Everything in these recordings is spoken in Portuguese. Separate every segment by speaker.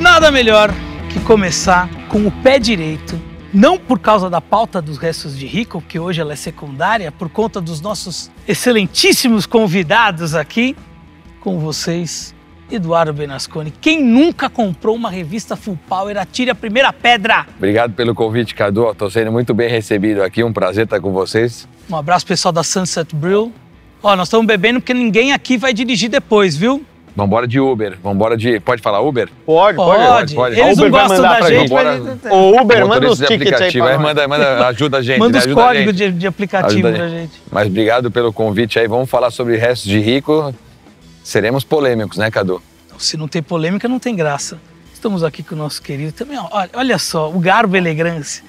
Speaker 1: nada melhor que começar com o pé direito. Não por causa da pauta dos restos de rico, que hoje ela é secundária, por conta dos nossos excelentíssimos convidados aqui, com vocês, Eduardo Benasconi. Quem nunca comprou uma revista Full Power, atire a primeira pedra.
Speaker 2: Obrigado pelo convite, Cadu. Estou sendo muito bem recebido aqui. Um prazer estar com vocês.
Speaker 1: Um abraço pessoal da Sunset Brew. Ó, nós estamos bebendo porque ninguém aqui vai dirigir depois, viu?
Speaker 2: Vambora de Uber. Vambora de. Pode falar Uber?
Speaker 3: Pode, pode.
Speaker 1: Pode,
Speaker 2: pode.
Speaker 1: Eles não
Speaker 3: Uber vai
Speaker 1: gostam
Speaker 3: mandar
Speaker 1: da
Speaker 3: pra
Speaker 1: gente,
Speaker 2: gente,
Speaker 1: mas...
Speaker 2: bora-
Speaker 3: Ô,
Speaker 2: Motorista
Speaker 3: Uber, manda os
Speaker 2: de
Speaker 3: tickets aí
Speaker 2: aplicativo.
Speaker 3: pra
Speaker 2: É,
Speaker 3: nós.
Speaker 2: manda, manda, ajuda a gente.
Speaker 1: Manda
Speaker 2: né?
Speaker 1: os
Speaker 2: ajuda a
Speaker 1: códigos
Speaker 2: gente.
Speaker 1: de, de aplicativo
Speaker 2: Ajuda a
Speaker 1: pra gente.
Speaker 2: Mas obrigado pelo convite aí. Vamos falar sobre restos de rico. Seremos polêmicos, né, Cadu?
Speaker 1: Então, se não tem polêmica, não tem graça. Estamos aqui com o nosso querido também. ó, Olha, olha só, o Garbo Elegrance.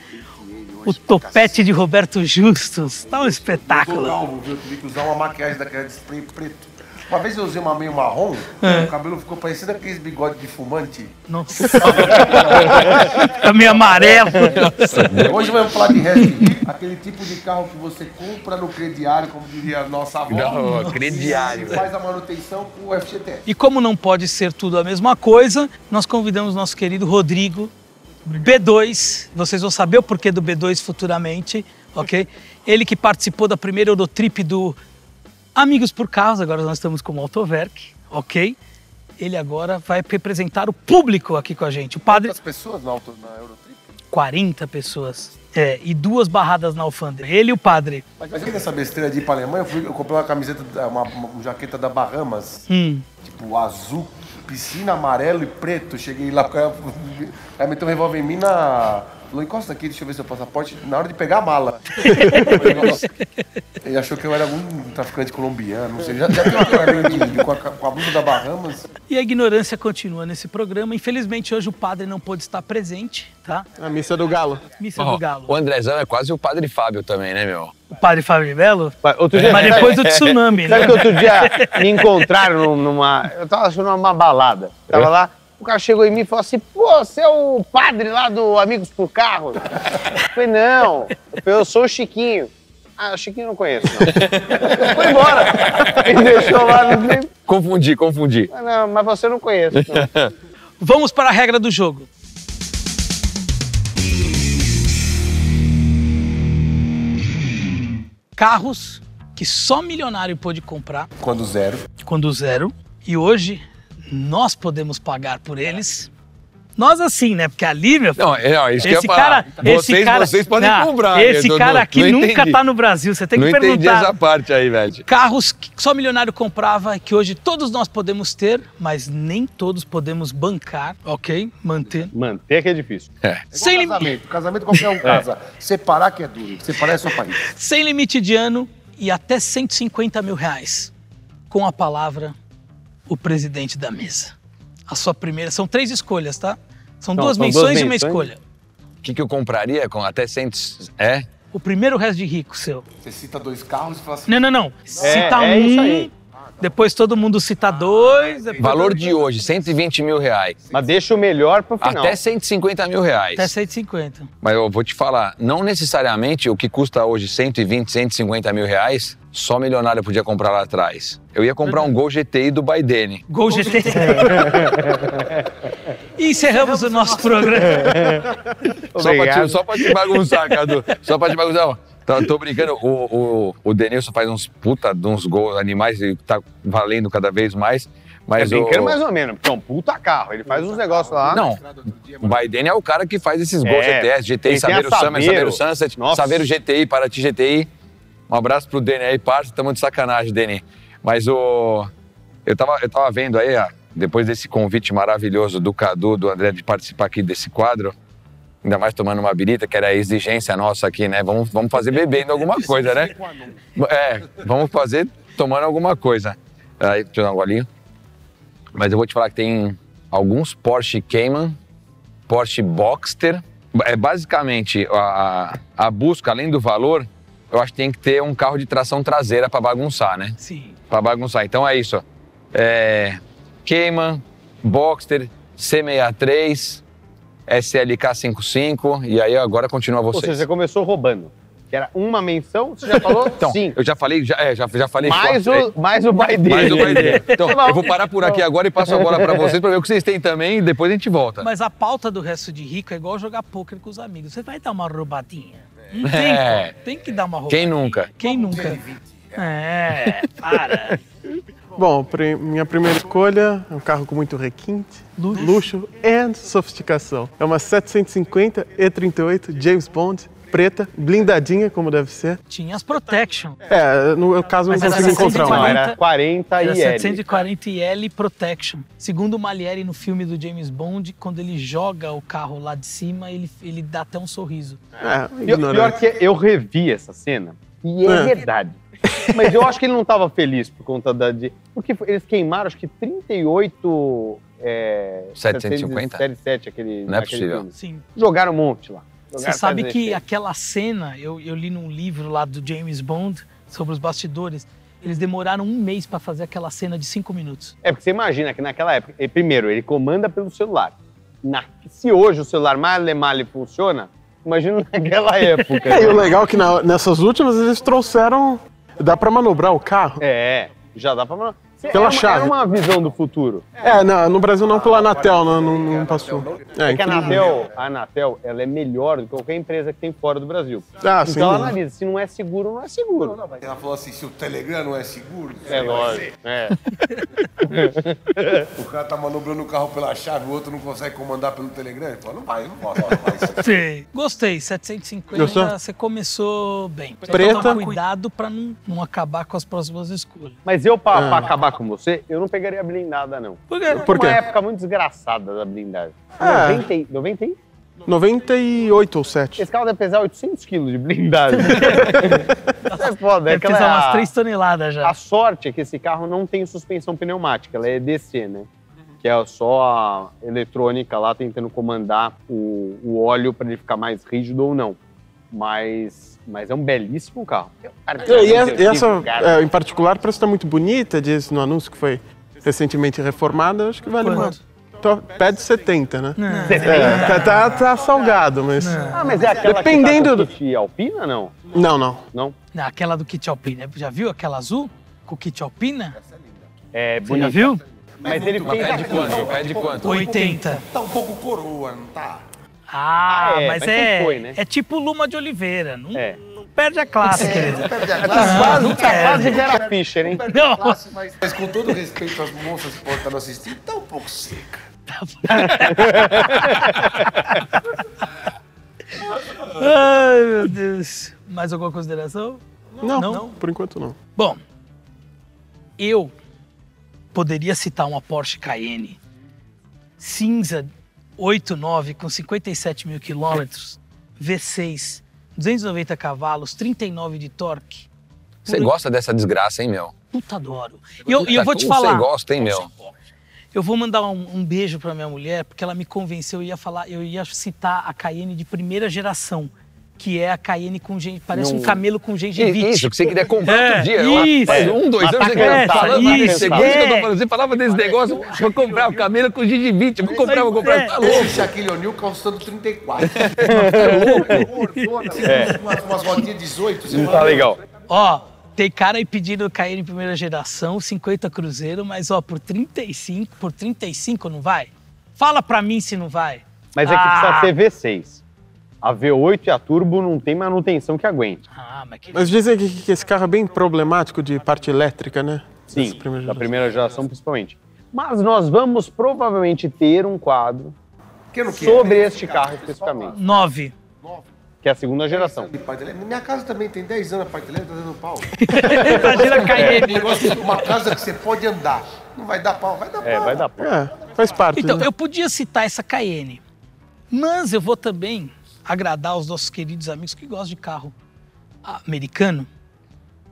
Speaker 1: O topete de Roberto Justus. Tá um
Speaker 4: Tô
Speaker 1: espetáculo.
Speaker 4: calmo, viu? Eu tive que usar uma maquiagem daquela de spray preto. Uma vez eu usei uma meio marrom,
Speaker 2: É.
Speaker 4: o cabelo ficou parecendo aqueles bigode de fumante.
Speaker 1: Nossa. Tá meio amarelo.
Speaker 2: É.
Speaker 4: Hoje vamos falar de hatch, aquele tipo de carro que você compra no crediário, como diria a nossa avó.
Speaker 2: Não,
Speaker 4: E
Speaker 2: crediário.
Speaker 4: Faz a manutenção com o FGTS.
Speaker 1: E como não pode ser tudo a mesma coisa, nós convidamos nosso querido Rodrigo B2. Vocês vão saber o porquê do B2 futuramente, ok? Ele que participou da primeira Eurotrip do Amigos por Carros, agora nós estamos com o Autoverk, ok? Ele agora vai representar o público aqui com a gente. O padre.
Speaker 4: As pessoas na, auto, na Eurotrip.
Speaker 1: 40 pessoas. É, e duas barradas na alfândega. Ele e o padre.
Speaker 4: Mas eu fiquei nessa besteira de ir pra Alemanha, eu, fui- eu comprei uma camiseta, da- uma, uma jaqueta da Bahamas,
Speaker 1: Hum.
Speaker 4: tipo azul, piscina amarelo e preto. Cheguei lá, o cara, o cara meteu um revólver em mim na. Falou, encosta aqui, deixa eu ver seu passaporte. Na hora de pegar a mala. Eu falei, "Nossa." Ele achou que eu era algum traficante colombiano, não sei. Já, já tem uma cara de, de, com, a, com a blusa da Bahamas.
Speaker 1: E a ignorância continua nesse programa. Infelizmente, hoje o padre não pôde estar presente, tá?
Speaker 3: A missa do Galo.
Speaker 1: Missa do Galo.
Speaker 2: O Andrezão é quase o padre Fábio também, né, meu?
Speaker 1: O padre Fábio Melo?
Speaker 3: Vai, Outro dia,
Speaker 1: Mas depois do tsunami,
Speaker 3: Sabe
Speaker 1: né?
Speaker 3: que outro dia me encontraram num- numa. Eu tava achando uma balada.
Speaker 2: É?
Speaker 3: Tava lá, o cara chegou em mim e falou assim: pô, você é o padre lá do Amigos por Carro? Eu falei: não, eu sou o Chiquinho. Ah, o Chiquinho eu não conheço, não. Foi embora. Me deixou lá no.
Speaker 2: Confundi, confundi.
Speaker 3: Ah, Não, mas você eu não conhece. não.
Speaker 1: Vamos para a regra do jogo. Carros que só milionário pôde comprar
Speaker 4: Quando zero.
Speaker 1: quando zero. E hoje nós podemos pagar por eles. Nós assim, né? Porque ali, meu
Speaker 2: Não, é, não, isso que eu
Speaker 1: esse
Speaker 2: ia falar.
Speaker 1: cara,
Speaker 2: vocês,
Speaker 1: esse cara,
Speaker 2: vocês podem
Speaker 1: Não,
Speaker 2: comprar.
Speaker 1: Esse
Speaker 2: eu não-
Speaker 1: cara aqui
Speaker 2: não
Speaker 1: nunca
Speaker 2: entendi.
Speaker 1: tá no Brasil. Você tem
Speaker 2: Não
Speaker 1: que
Speaker 2: entendi
Speaker 1: perguntar.
Speaker 2: essa parte aí, velho.
Speaker 1: Carros que só milionário comprava, que hoje todos nós podemos ter, mas nem todos podemos bancar, ok? Manter.
Speaker 3: Manter que é difícil.
Speaker 1: Sem, lim-
Speaker 4: Casamento. Casamento qualquer um casa. Separar que é duro. Separar é só país.
Speaker 1: sem limite de ano e até 150 mil reais. Com a palavra, o presidente da mesa. A sua primeira. São três escolhas, tá? São
Speaker 3: Não,
Speaker 1: duas
Speaker 3: são duas
Speaker 1: menções e uma
Speaker 3: menções.
Speaker 1: escolha.
Speaker 2: O que, que eu compraria com até 100... É?
Speaker 1: O primeiro resto de rico seu.
Speaker 4: Você cita dois carros e fala assim.
Speaker 1: Não, não, não. Cita
Speaker 3: é isso
Speaker 1: um,
Speaker 3: aí.
Speaker 1: depois todo mundo cita dois. depois-
Speaker 2: Valor de hoje, 120 mil reais.
Speaker 3: Mas deixa o melhor pro final.
Speaker 2: Até 150 mil reais.
Speaker 1: Até 150.
Speaker 2: Mas eu vou te falar, não necessariamente o que custa hoje 120, 150 mil reais, só milionário podia comprar lá atrás. Eu ia comprar um Gol GTI do Baidene.
Speaker 1: Gol GT. e encerramos o nosso programa.
Speaker 2: Só pra,
Speaker 3: Obrigado.
Speaker 2: te, só pra te bagunçar, Cadu. Só pra te bagunçar. ó. Tô, tô brincando, o, o, o Denilson faz uns puta de uns gols animais e tá valendo cada vez mais.
Speaker 3: É
Speaker 2: Mas
Speaker 3: brincando
Speaker 2: o...
Speaker 3: mais ou menos, porque é um puta carro. Ele faz uns negócios lá.
Speaker 2: Não, o Biden é o cara que faz esses gols
Speaker 3: É,
Speaker 2: GTS, GTI,
Speaker 3: ele tem a
Speaker 2: Saveiro Summer, Saveiro
Speaker 3: Saveiro.
Speaker 2: Sunset,
Speaker 3: Nossa.
Speaker 2: Saveiro GTI, Paraty GTI. Um abraço pro Deni aí, parça, tamo de sacanagem, Deni. Mas o... Eu tava, eu tava vendo aí, ó, depois desse convite maravilhoso do Cadu, do André, de participar aqui desse quadro, ainda mais tomando uma birita, que era a exigência nossa aqui, né? Vamos, vamos fazer bebendo alguma coisa, né? É, vamos fazer tomando alguma coisa. Aí, deixa eu dar um golinho. Mas eu vou te falar que tem alguns Porsche Cayman, Porsche Boxster. É basicamente a, a busca, além do valor, eu acho que tem que ter um carro de tração traseira para bagunçar, né?
Speaker 1: Sim.
Speaker 2: Pra bagunçar. Então é isso. ó. É, Cayman, Boxster, C63, SLK55 e aí agora continua
Speaker 3: Ou
Speaker 2: vocês.
Speaker 3: seja, você começou roubando. que era uma menção, você já falou?
Speaker 2: Então,
Speaker 3: Sim.
Speaker 2: eu já falei, já, é, já, já falei.
Speaker 3: Mais
Speaker 2: quatro,
Speaker 3: o, mais o pai dele.
Speaker 2: Mais uma ideia. Então,
Speaker 3: Tá bom.
Speaker 2: eu vou parar por aqui agora e passo a bola pra vocês pra ver o que vocês têm também e depois a gente volta.
Speaker 1: Mas a pauta do resto de rico é igual jogar pôquer com os amigos. Você vai dar uma roubadinha. Não tem,
Speaker 2: É.
Speaker 1: como. tem que dar uma roubadinha.
Speaker 2: Quem nunca?
Speaker 1: Quem nunca? É, para.
Speaker 5: Bom, pri- minha primeira escolha é um carro com muito requinte, luxo. e sofisticação. É uma 750 E38 James Bond, preta, blindadinha, como deve ser.
Speaker 1: Tinha as protection.
Speaker 5: É, no meu caso eu não
Speaker 1: Mas
Speaker 5: consigo
Speaker 1: essa
Speaker 5: encontrar uma. né?
Speaker 3: Não, era
Speaker 1: 40.
Speaker 3: 40
Speaker 1: Era
Speaker 3: e L.
Speaker 1: 740L Protection. Segundo o Malieri no filme do James Bond, quando ele joga o carro lá de cima, ele, ele dá até um sorriso.
Speaker 5: É,
Speaker 3: Pior, pior
Speaker 5: ignorante.
Speaker 3: que eu revi essa cena e é
Speaker 5: Ah.
Speaker 3: verdade. Mas eu acho que ele não estava feliz por conta da. De, porque eles queimaram, acho que 38. É,
Speaker 2: 750?
Speaker 3: 77, aquele.
Speaker 2: Não é
Speaker 3: aquele
Speaker 2: possível.
Speaker 3: filme.
Speaker 1: Sim.
Speaker 3: Jogaram um monte lá.
Speaker 1: Você
Speaker 3: Jogaram
Speaker 1: sabe
Speaker 3: pra
Speaker 1: que
Speaker 3: dizer,
Speaker 1: aquela cena, eu, eu li num livro lá do James Bond, sobre os bastidores, eles demoraram um mês pra fazer aquela cena de cinco minutos.
Speaker 3: É porque você imagina que naquela época. e primeiro, ele comanda pelo celular. Na- se hoje o celular male male funciona, imagina naquela época. né?
Speaker 5: É, e o legal é que na- nessas últimas eles trouxeram. Dá pra manobrar o carro.
Speaker 3: É, já dá pra. Pela
Speaker 5: Pela
Speaker 3: era, Era
Speaker 5: chave.
Speaker 3: uma visão do futuro.
Speaker 5: É, não, no Brasil não pela Anatel, né? não, não, não passou. É,
Speaker 3: É que a
Speaker 5: incrível.
Speaker 3: Anatel, a Anatel, ela é melhor do que qualquer empresa que tem fora do Brasil.
Speaker 5: Ah, sim.
Speaker 3: então ela analisa, se não é seguro, não é seguro.
Speaker 4: Ela falou assim, se o Telegram não é seguro,
Speaker 3: é lógico. É.
Speaker 4: o cara tá manobrando o carro pela chave, o outro não consegue comandar pelo Telegram, ele fala, não vai, não posso, não vai.
Speaker 1: Sim. um Gostei, 750,
Speaker 5: Gostou?
Speaker 1: você começou bem. Só
Speaker 5: Preta.
Speaker 1: Toma cuidado pra não, não acabar com as próximas escolhas.
Speaker 3: Mas eu, pra, pra acabar com você, eu não pegaria a blindada, não.
Speaker 1: Por quê?
Speaker 5: Ah. Por quê?
Speaker 3: Uma época muito desgraçada da blindagem.
Speaker 5: É.
Speaker 3: 90, e- 90 e-
Speaker 5: 98 ou 7.
Speaker 3: Esse carro deve pesar 800 quilos de blindagem. Isso é foda.
Speaker 1: Deve
Speaker 3: É aquela,
Speaker 1: pesar umas 3 toneladas já.
Speaker 3: A sorte é que esse carro não tem suspensão pneumática, ela é EDC, né?
Speaker 1: Uhum.
Speaker 3: Que é só a eletrônica lá tentando comandar o, o óleo para ele ficar mais rígido ou não. Mas, mas é um belíssimo carro. Cara,
Speaker 5: É, e
Speaker 3: é
Speaker 5: essa, e essa,
Speaker 3: incrível, cara.
Speaker 5: é, em particular, parece estar muito bonita, diz no anúncio que foi recentemente reformada, acho que vale
Speaker 1: Quanto?
Speaker 5: mais. Tô- Pede 70, né?
Speaker 1: Não.
Speaker 5: É, tá, tá, tá salgado, mas.
Speaker 3: Ah, mas é aquela que
Speaker 5: Dependendo
Speaker 3: tá
Speaker 5: do-
Speaker 3: com kit Alpina, não?
Speaker 5: Não, não.
Speaker 3: Não?
Speaker 1: Não, aquela do kit alpina. Já viu aquela azul com o kit alpina? Você
Speaker 3: É
Speaker 1: já
Speaker 3: bonita.
Speaker 1: viu?
Speaker 3: Mas ele fez
Speaker 2: Pede quanto? Pede É
Speaker 3: é
Speaker 2: quanto?
Speaker 1: 80.
Speaker 4: Tá um pouco coroa, não tá?
Speaker 1: Ah,
Speaker 3: Ah, é,
Speaker 1: mas,
Speaker 3: mas
Speaker 1: é,
Speaker 3: sempre foi, né?
Speaker 1: é tipo Luma de Oliveira. Não,
Speaker 3: É.
Speaker 1: não perde a classe, querida.
Speaker 3: Quase,
Speaker 1: não
Speaker 3: tá
Speaker 1: quero.
Speaker 3: quase Vera Fischer, hein?
Speaker 1: Não.
Speaker 4: Classe, mas, mas com todo respeito às moças que podem estar nos assistindo, tá um pouco seca.
Speaker 1: Ai, meu Deus. Mais alguma consideração?
Speaker 5: Não,
Speaker 1: Não?
Speaker 5: por enquanto não.
Speaker 1: Bom, eu poderia citar uma Porsche Cayenne cinza 89 com 57 mil quilômetros, V6, 290 cavalos, 39 de torque.
Speaker 2: Você gosta dessa desgraça, hein, meu?
Speaker 1: Puta adoro. E eu, e eu
Speaker 2: Tá
Speaker 1: vou te
Speaker 2: como Você
Speaker 1: falar.
Speaker 2: gosta, hein, meu?
Speaker 1: Eu vou mandar um, um beijo pra minha mulher, porque ela me convenceu, eu ia falar, eu ia citar a Cayenne de primeira geração, que é a Cayenne com gen... parece um camelo com gengivite.
Speaker 2: Isso, que você queria comprar
Speaker 1: É,
Speaker 2: outro dia.
Speaker 1: isso.
Speaker 2: Faz um, dois anos
Speaker 3: Mas tá
Speaker 2: você queria
Speaker 1: cansado,
Speaker 2: falar.
Speaker 1: tá
Speaker 2: Isso,
Speaker 1: cansado.
Speaker 2: isso que eu tô
Speaker 1: É.
Speaker 2: falando. Você falava desse negócio, vou comprar o camelo com gengivite. Vou comprar, vou
Speaker 1: é.
Speaker 2: comprar. Tá louco.
Speaker 4: Esse Shaquille O'Neal calçando 34.
Speaker 3: É.
Speaker 4: Gordona, umas, umas rodinhas 18. Você
Speaker 3: Tá legal.
Speaker 1: Ó, tem cara aí pedindo Cayenne primeira geração, 50 cruzeiro, mas ó, por 35, por 35 não vai? Fala pra mim se não vai.
Speaker 3: Mas é
Speaker 1: Ah.
Speaker 3: que precisa ser V6. A V8 e a Turbo não tem manutenção que aguente.
Speaker 1: Ah, mas que...
Speaker 5: Mas dizem que, que esse carro é bem problemático de parte elétrica, né?
Speaker 3: Sim,
Speaker 5: Essa primeira
Speaker 3: da
Speaker 5: geração.
Speaker 3: primeira geração principalmente. Mas nós vamos provavelmente ter um quadro
Speaker 4: Que ano que é?
Speaker 3: sobre este carro especificamente,
Speaker 1: 9.
Speaker 3: que é a segunda geração.
Speaker 4: De parte elétrica. Minha casa também tem 10 anos a parte elétrica, tá dando pau.
Speaker 1: Imagina a
Speaker 4: Um
Speaker 1: Cayenne.
Speaker 4: negócio de uma casa que você pode andar. Não vai dar pau, vai dar
Speaker 3: É,
Speaker 4: pau.
Speaker 3: vai dar pau.
Speaker 5: É, faz parte.
Speaker 1: Então,
Speaker 5: né?
Speaker 1: eu podia citar essa Cayenne, mas eu vou também agradar os nossos queridos amigos que gostam de carro americano,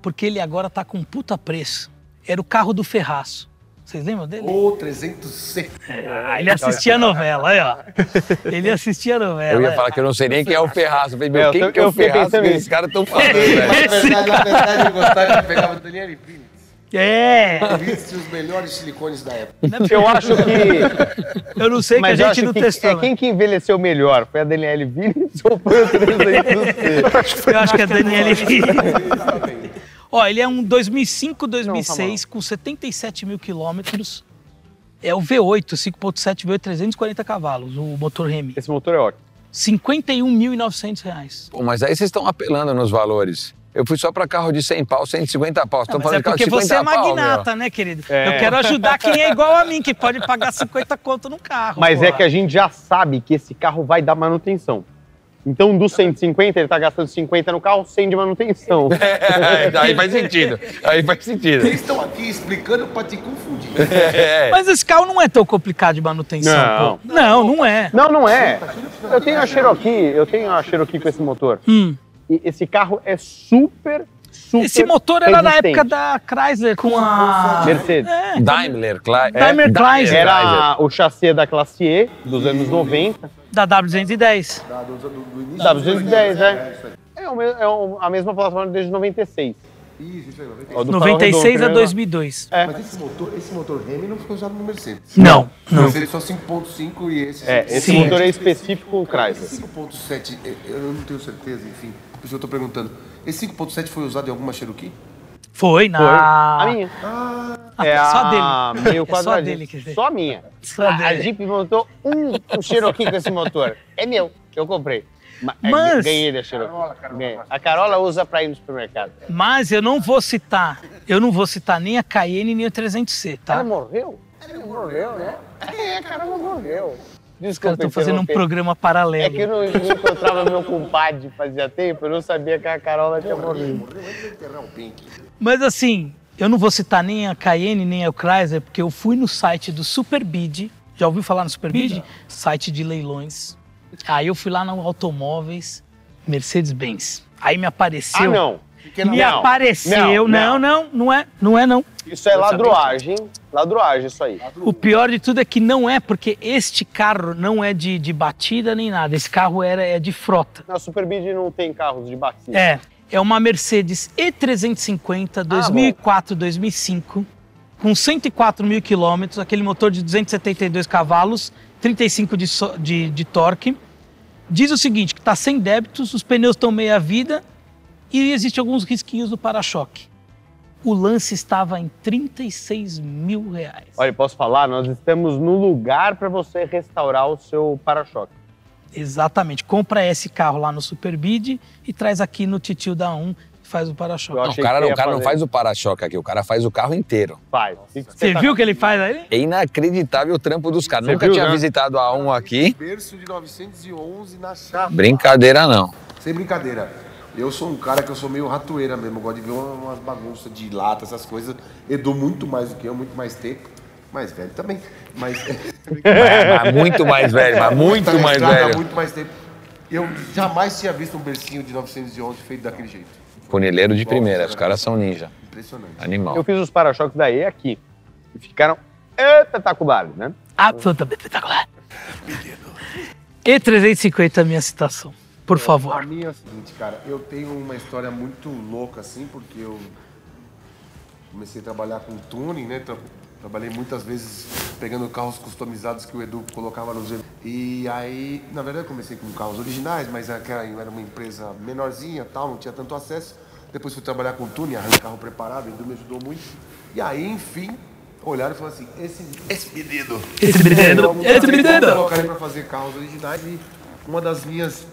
Speaker 1: porque ele agora tá com um puta preço. Era o carro do Ferraço. Vocês lembram dele?
Speaker 4: Ou 300C.
Speaker 1: Ah, ele assistia a novela, olha ó. Ele assistia a novela.
Speaker 2: Eu ia
Speaker 1: olha.
Speaker 2: falar que eu não sei nem quem é o Ferraz. Eu falei,
Speaker 3: É,
Speaker 2: meu,
Speaker 3: eu
Speaker 2: quem
Speaker 3: tô-
Speaker 2: que é
Speaker 3: eu
Speaker 2: o
Speaker 3: fiquei
Speaker 2: Ferraz que
Speaker 3: pensando
Speaker 2: esses
Speaker 1: É.
Speaker 3: nisso.
Speaker 2: caras estão falando, velho?
Speaker 4: Na verdade, na verdade, eu gostava de pegar o Daniel Pires.
Speaker 1: É!
Speaker 4: Viste os melhores silicones da época.
Speaker 3: Eu acho que.
Speaker 1: Eu não sei
Speaker 3: Mas
Speaker 1: que
Speaker 3: eu
Speaker 1: a gente
Speaker 3: acho
Speaker 1: não né?
Speaker 3: que
Speaker 1: testou.
Speaker 3: é quem que envelheceu melhor? Foi a Daniele Vinicius ou foi o 300
Speaker 1: Eu acho que é a Daniela. Ó, ele é um 2005,
Speaker 3: tá
Speaker 1: 2006, com 77 mil quilômetros. É o V8, 5.7 V8, 340 cavalos, o motor Remy.
Speaker 3: Esse motor é ótimo.
Speaker 1: 51.900 reais.
Speaker 2: Pô, mas aí vocês estão apelando nos valores. Eu fui só pra carro de 100 pau, 150 pau. Vocês
Speaker 1: Não, mas
Speaker 2: Estão
Speaker 3: Então
Speaker 2: falando
Speaker 1: é
Speaker 2: de carro
Speaker 1: porque
Speaker 2: de 50
Speaker 1: você é
Speaker 2: pau, meu.
Speaker 1: magnata, né, querido?
Speaker 3: É.
Speaker 1: Eu quero ajudar quem é igual a mim, que pode pagar 50 conto num carro.
Speaker 3: Mas é
Speaker 1: porra.
Speaker 3: que a gente já sabe que esse carro vai dar manutenção. Então, dos 150, ele tá gastando 50 no carro, 100 de manutenção.
Speaker 2: É, aí faz sentido. Aí faz sentido.
Speaker 4: Eles estão aqui explicando pra te confundir.
Speaker 2: É.
Speaker 1: Mas esse carro não é tão complicado de manutenção,
Speaker 3: Não.
Speaker 1: pô. Não, não é.
Speaker 3: Não, não é. Eu tenho a Cherokee, eu tenho a Cherokee com esse motor.
Speaker 1: Hum.
Speaker 3: E esse carro é super, super
Speaker 1: Esse motor era da
Speaker 3: é resistente.
Speaker 1: época da Chrysler com a.
Speaker 3: Mercedes.
Speaker 1: É,
Speaker 2: Daimler, Chrysler.
Speaker 1: Daimler Chrysler.
Speaker 3: Era o chassi da classe E dos anos 90,
Speaker 1: da W210.
Speaker 4: Tá, do- do- do início
Speaker 3: da
Speaker 4: dos
Speaker 3: 210,
Speaker 4: 2000,
Speaker 3: né? É, o me- é o- a mesma plataforma desde 96.
Speaker 4: Isso, isso aí. vai ver.
Speaker 3: Ó, É do farol redondo,
Speaker 1: 96 a
Speaker 3: primeiro
Speaker 1: 2002.
Speaker 3: É.
Speaker 4: Mas esse motor, esse motor Remy não foi usado no Mercedes.
Speaker 1: Não,
Speaker 4: O
Speaker 1: não.
Speaker 4: Mercedes só 5.5 e esse...
Speaker 3: É, esse
Speaker 1: Sim.
Speaker 3: motor é específico Chrysler.
Speaker 4: 5.7, eu- é, eu não tenho certeza, enfim, por isso que eu tô perguntando. Esse 5.7 foi usado em alguma Cherokee?
Speaker 1: Foi
Speaker 3: Foi
Speaker 1: na.
Speaker 3: a minha.
Speaker 1: Ah,
Speaker 3: é
Speaker 1: só
Speaker 3: a
Speaker 1: dele.
Speaker 3: meio
Speaker 1: É só
Speaker 3: quadradinha.
Speaker 1: dele, quer dizer.
Speaker 3: Só a minha.
Speaker 1: Só
Speaker 3: a, a
Speaker 1: dele.
Speaker 3: Jeep montou um, um Cherokee com esse motor. É meu, que eu comprei. Ma- é,
Speaker 1: Mas-
Speaker 3: Ganhei da Cherokee. Ganhei. A Carola usa pra ir no supermercado.
Speaker 1: Tá. Mas eu não vou citar. Eu não vou citar nem a Cayenne nem o 300C,
Speaker 3: Ela
Speaker 1: tá?
Speaker 3: morreu? Ela morreu, né? É, a Carola morreu.
Speaker 1: Os caras
Speaker 3: Desculpa,
Speaker 1: estão fazendo um
Speaker 3: interromper.
Speaker 1: programa
Speaker 3: É que
Speaker 1: paralelo.
Speaker 3: eu não não encontrava meu compadre fazia tempo, eu não sabia que a Carola tinha morrido.
Speaker 1: Mas assim, eu não vou citar nem a Cayenne nem o Chrysler, porque eu fui no site do Superbid. Já ouviu falar no Superbid? Site de leilões. Aí eu fui lá no Automóveis Mercedes-Benz. Aí me
Speaker 3: Ah,
Speaker 1: apareceu.
Speaker 3: não.
Speaker 1: Me
Speaker 3: Não,
Speaker 1: apareceu.
Speaker 3: não,
Speaker 1: Não, não, não é, não é não.
Speaker 3: Isso é ladroagem. Ladroagem, isso aí.
Speaker 1: O pior de tudo é que não é, porque este carro não é de, de batida nem nada. Esse carro era, é de frota.
Speaker 3: Na Superbid não tem carros de batida.
Speaker 1: É. É uma Mercedes E350 2004, 2005, com 104 mil quilômetros, aquele motor de 272 cavalos, 35 de, so- de, de torque. Diz o seguinte, que está sem débitos, os pneus estão meia vida e existe alguns risquinhos no para-choque. O lance estava em 36 mil reais.
Speaker 3: Olha, posso falar? Nós estamos no lugar para você restaurar o seu para-choque.
Speaker 1: Exatamente. Compra esse carro lá no Superbid e traz aqui no Titio da 1 e faz o
Speaker 3: Eu
Speaker 1: para-choque.
Speaker 2: Não, o
Speaker 3: achei
Speaker 2: cara,
Speaker 3: que
Speaker 2: não,
Speaker 3: ia
Speaker 2: o cara não
Speaker 3: fazer.
Speaker 2: faz o para-choque aqui, o cara faz o carro inteiro.
Speaker 3: Faz.
Speaker 1: Você viu o que ele faz aí?
Speaker 2: É inacreditável o trampo dos caras.
Speaker 3: Você
Speaker 2: Nunca
Speaker 3: viu,
Speaker 2: tinha
Speaker 3: né?
Speaker 2: visitado a um aqui.
Speaker 4: Berço de 911 na chapa.
Speaker 2: Brincadeira não.
Speaker 4: Sem brincadeira. Eu sou um cara que eu sou meio ratoeira mesmo. Eu gosto de ver umas bagunças de lata, essas coisas. Eu dou muito mais do que eu, muito mais tempo. Mais velho também. Mas
Speaker 2: Ah, Mas, mas muito mais velho, mas muito
Speaker 4: Também
Speaker 2: mais
Speaker 4: Tá estrada,
Speaker 2: velho.
Speaker 4: Muito mais tempo. Eu jamais tinha visto um bercinho de 911 feito daquele jeito.
Speaker 2: Funileiro de primeira, os caras são ninja.
Speaker 4: Impressionante.
Speaker 3: Eu
Speaker 2: Animal.
Speaker 3: fiz os para-choques da E aqui. E ficaram espetaculares, né?
Speaker 1: Absolutamente espetacular. E350 é a minha citação, por
Speaker 4: A
Speaker 1: favor.
Speaker 4: minha é o seguinte, cara, eu tenho uma história muito louca, assim, porque eu comecei a trabalhar com tuning, né? Tra- Trabalhei muitas vezes pegando carros customizados que o Edu colocava nos eventos. E aí, na verdade, eu comecei com carros originais, mas aquela era uma empresa menorzinha, tal, não tinha tanto acesso. Depois fui trabalhar com tuning, arranjar carro preparado, o Edu me ajudou muito. E aí, enfim, olharam e falaram assim, esse, esse menino
Speaker 1: Esse brinquedo, esse brinquedo.
Speaker 4: colocarem pra fazer carros originais e uma das minhas,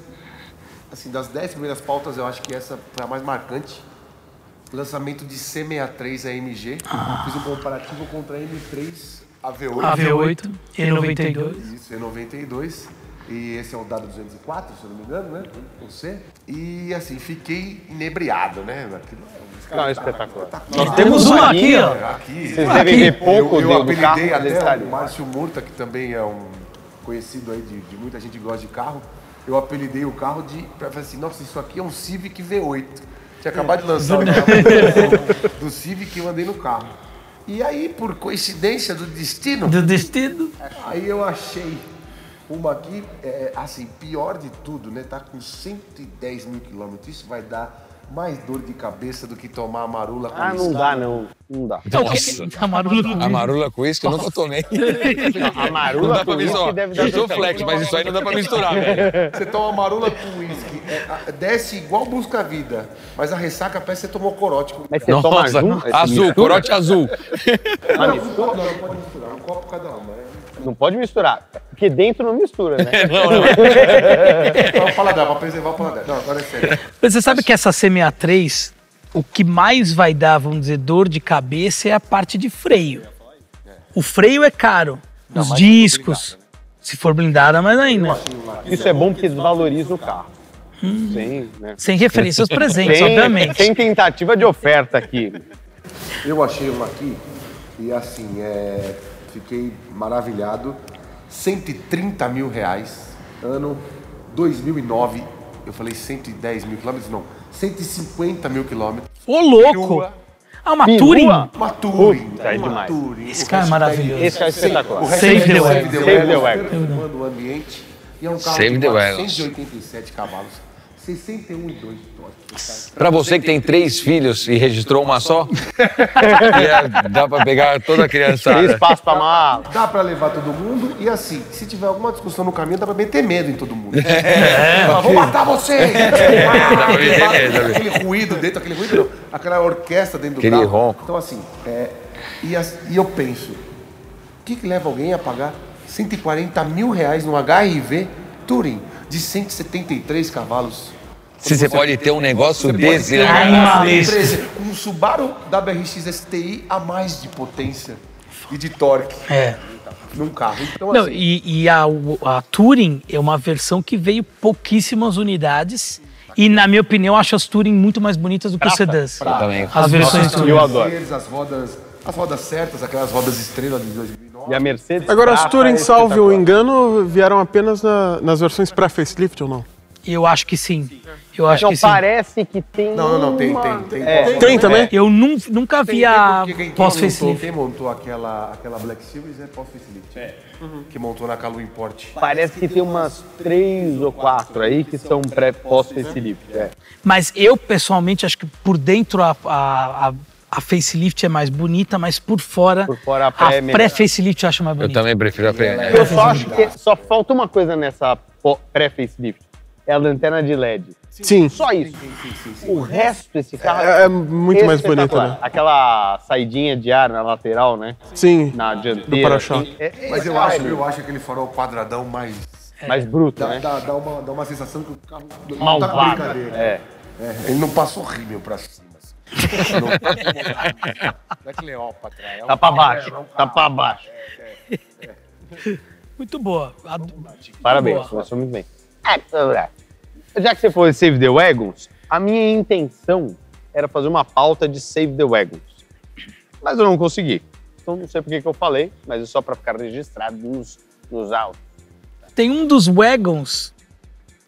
Speaker 4: assim, das dez primeiras pautas, eu acho que essa foi a mais marcante. Lançamento de C63 AMG. Fiz um comparativo contra a M3 AV8.
Speaker 1: Ah. AV8, E92.
Speaker 4: Isso, em 92. E esse é o dado 204, se eu não me engano, né? Com C. E assim, fiquei inebriado, né? Aquilo é um
Speaker 3: Não, é espetacular.
Speaker 1: Nós temos uma aqui, ó.
Speaker 4: Aqui,
Speaker 3: Vocês
Speaker 1: Aqui.
Speaker 3: devem ver pouco
Speaker 4: eu,
Speaker 3: do,
Speaker 4: eu
Speaker 3: do carro
Speaker 4: apelidei
Speaker 3: que eles
Speaker 4: até o
Speaker 3: estariam.
Speaker 4: Márcio Murta, que também é um conhecido aí de, de muita gente que gosta de carro. Eu apelidei o carro de. Pra falar assim, nossa, isso aqui é um Civic V8. Tinha acabado de lançar o carro do Civic que eu andei no carro. E aí, por coincidência do destino,
Speaker 1: Do destino.
Speaker 4: aí eu achei uma aqui, é, assim, pior de tudo, né? Tá com 110 mil quilômetros. Isso vai dar mais dor de cabeça do que tomar a marula com
Speaker 3: Ah, não
Speaker 4: uísque.
Speaker 3: dá, não. Não dá.
Speaker 2: Nossa.
Speaker 1: A marula do
Speaker 2: A marula com isso que eu nunca tomei.
Speaker 3: A
Speaker 2: Não
Speaker 3: marula
Speaker 2: dá
Speaker 3: com
Speaker 2: pra
Speaker 3: uísque
Speaker 2: misturar.
Speaker 3: deve dar
Speaker 2: Eu sou
Speaker 3: dor de
Speaker 2: flex, mas isso aí não dá pra misturar, velho.
Speaker 4: Você toma marula com uísque, é, a- desce igual busca-vida, mas a ressaca parece que você tomou corote.
Speaker 3: Mas você toma azul?
Speaker 2: Azul, corote azul.
Speaker 3: Mas mistura?
Speaker 4: Não, não pode misturar, um copo cada uma. né?
Speaker 3: Não pode misturar. Porque dentro não mistura, né?
Speaker 4: Pra o paladar, Então, pra preservar o paladar. Não, agora é sério.
Speaker 1: Mas Você sabe que essa CMA3, o que mais vai dar, vamos dizer, dor de cabeça é a parte de freio. O freio é caro. Os discos,
Speaker 3: né?
Speaker 1: se for blindada, mais ainda.
Speaker 3: Isso é bom porque desvaloriza o carro. Sim, né?
Speaker 1: Sem referência aos presentes,
Speaker 3: Tem,
Speaker 1: obviamente.
Speaker 3: tem tentativa de oferta aqui.
Speaker 4: Eu achei uma aqui e assim, é, fiquei maravilhado. 130 mil reais, ano 2009. Eu falei 110 mil quilômetros, não. 150 mil quilômetros.
Speaker 1: Ô, louco! Ah, uma Touring?
Speaker 3: Perua.
Speaker 4: Uma Touring.
Speaker 3: Puta, é
Speaker 4: uma
Speaker 3: demais.
Speaker 4: Touring.
Speaker 1: Esse
Speaker 4: O
Speaker 1: cara é
Speaker 4: hashtag-
Speaker 1: maravilhoso.
Speaker 3: Esse cara é espetacular.
Speaker 4: O
Speaker 1: Save the
Speaker 4: hashtag
Speaker 1: wagon.
Speaker 3: Save the wagon.
Speaker 4: Transformando o ambiente. E é um carro
Speaker 2: Save
Speaker 4: de
Speaker 2: the wagon.
Speaker 4: 487 cavalos, 61,2 torques.
Speaker 2: Pra você que tem três filhos e registrou uma só, é, dá pra pegar toda a
Speaker 3: Tem
Speaker 2: criançada.
Speaker 3: espaço pra mala.
Speaker 4: Dá pra levar todo mundo e assim, se tiver alguma discussão no caminho, dá pra meter medo em todo mundo. É. Fala, Vou matar vocês!
Speaker 2: Dá pra meter
Speaker 4: Aquele
Speaker 2: medo, dá pra-
Speaker 4: Aquele ruído dentro, aquele ruído, não, aquela orquestra dentro do
Speaker 2: Aquele
Speaker 4: carro.
Speaker 2: ronco.
Speaker 4: Então assim, é, e, as- e eu penso, o que, que leva alguém a pagar 140 mil reais num HRV Touring de 173 cavalos?
Speaker 2: Se você pode ter um negócio desse,
Speaker 4: Pode ter
Speaker 2: né?
Speaker 3: é
Speaker 1: Ai,
Speaker 4: um
Speaker 1: maluco.
Speaker 4: 13, Um Subaru WRX STI a mais de potência e de torque
Speaker 1: É.
Speaker 4: num carro. Então,
Speaker 1: Não,
Speaker 4: assim,
Speaker 1: e, e a, o- a Touring é uma versão que veio pouquíssimas unidades. E, na minha opinião, eu acho as Touring muito mais bonitas do que os sedãs.
Speaker 2: Eu também.
Speaker 1: As versões
Speaker 4: Nossa,
Speaker 1: Touring.
Speaker 3: eu adoro.
Speaker 4: Mercedes, As rodas, as rodas certas, aquelas rodas estrela de 2009.
Speaker 3: E a Mercedes.
Speaker 5: Agora, as
Speaker 3: Prata
Speaker 5: Touring,
Speaker 3: é
Speaker 5: salve o
Speaker 3: espetacular.
Speaker 5: engano, vieram apenas na- nas versões pra facelift ou não?
Speaker 1: Eu acho que sim. Eu acho
Speaker 3: Não,
Speaker 1: que sim.
Speaker 3: parece que tem.
Speaker 4: Não, não, não, tem,
Speaker 3: uma-
Speaker 4: tem, tem.
Speaker 3: É.
Speaker 4: Tem,
Speaker 5: Tem também?
Speaker 1: Eu nun- nunca vi a
Speaker 4: porque quem- quem
Speaker 3: um
Speaker 4: montou,
Speaker 1: pós-facelift.
Speaker 4: quem montou aquela, aquela Black Series é pós-facelift. É. Que montou na Calu Import.
Speaker 3: Parece que tem umas três ou quatro aí que são pré pós facelift. É.
Speaker 1: Mas eu, pessoalmente, acho que por dentro a, a, a, a facelift é mais bonita, mas por fora,
Speaker 3: Por fora a
Speaker 1: a
Speaker 3: pré é melhor.
Speaker 1: pré-facelift eu acho mais
Speaker 2: Eu
Speaker 1: bonita.
Speaker 2: também prefiro a pena.
Speaker 3: Eu só acho que só falta uma coisa nessa po- pré facelift. É a lanterna de LED.
Speaker 5: Sim.
Speaker 3: Só isso. O resto desse carro
Speaker 5: É, é muito mais bonito,
Speaker 3: espetacular.
Speaker 5: né?
Speaker 3: Aquela saidinha de ar na lateral, né?
Speaker 5: Sim.
Speaker 3: Na dianteira.
Speaker 5: Do para-choque.
Speaker 3: assim. É- é
Speaker 4: Mas eu
Speaker 3: style,
Speaker 4: acho, É. eu acho aquele farol quadradão mais.
Speaker 3: Mais bruto,
Speaker 4: Dá,
Speaker 3: né?
Speaker 4: dá, dá uma, dá uma sensação que o carro não tá
Speaker 3: Malvado.
Speaker 4: brincadeira.
Speaker 3: É.
Speaker 4: É, ele não passou rímel pra cima. assim. Não, não é Cleópatra. É
Speaker 3: Tá
Speaker 4: um-
Speaker 3: pra baixo. Tá pra baixo.
Speaker 1: Muito boa. Ad-
Speaker 3: Parabéns,
Speaker 1: Boa.
Speaker 3: começou muito bem. É, tá, tá. Já que você foi Save the Wagons, a minha intenção era fazer uma pauta de Save the Wagons. Mas eu não consegui. Então não sei por que que eu falei, mas é só pra ficar registrado nos, nos autos.
Speaker 1: Tem um dos wagons,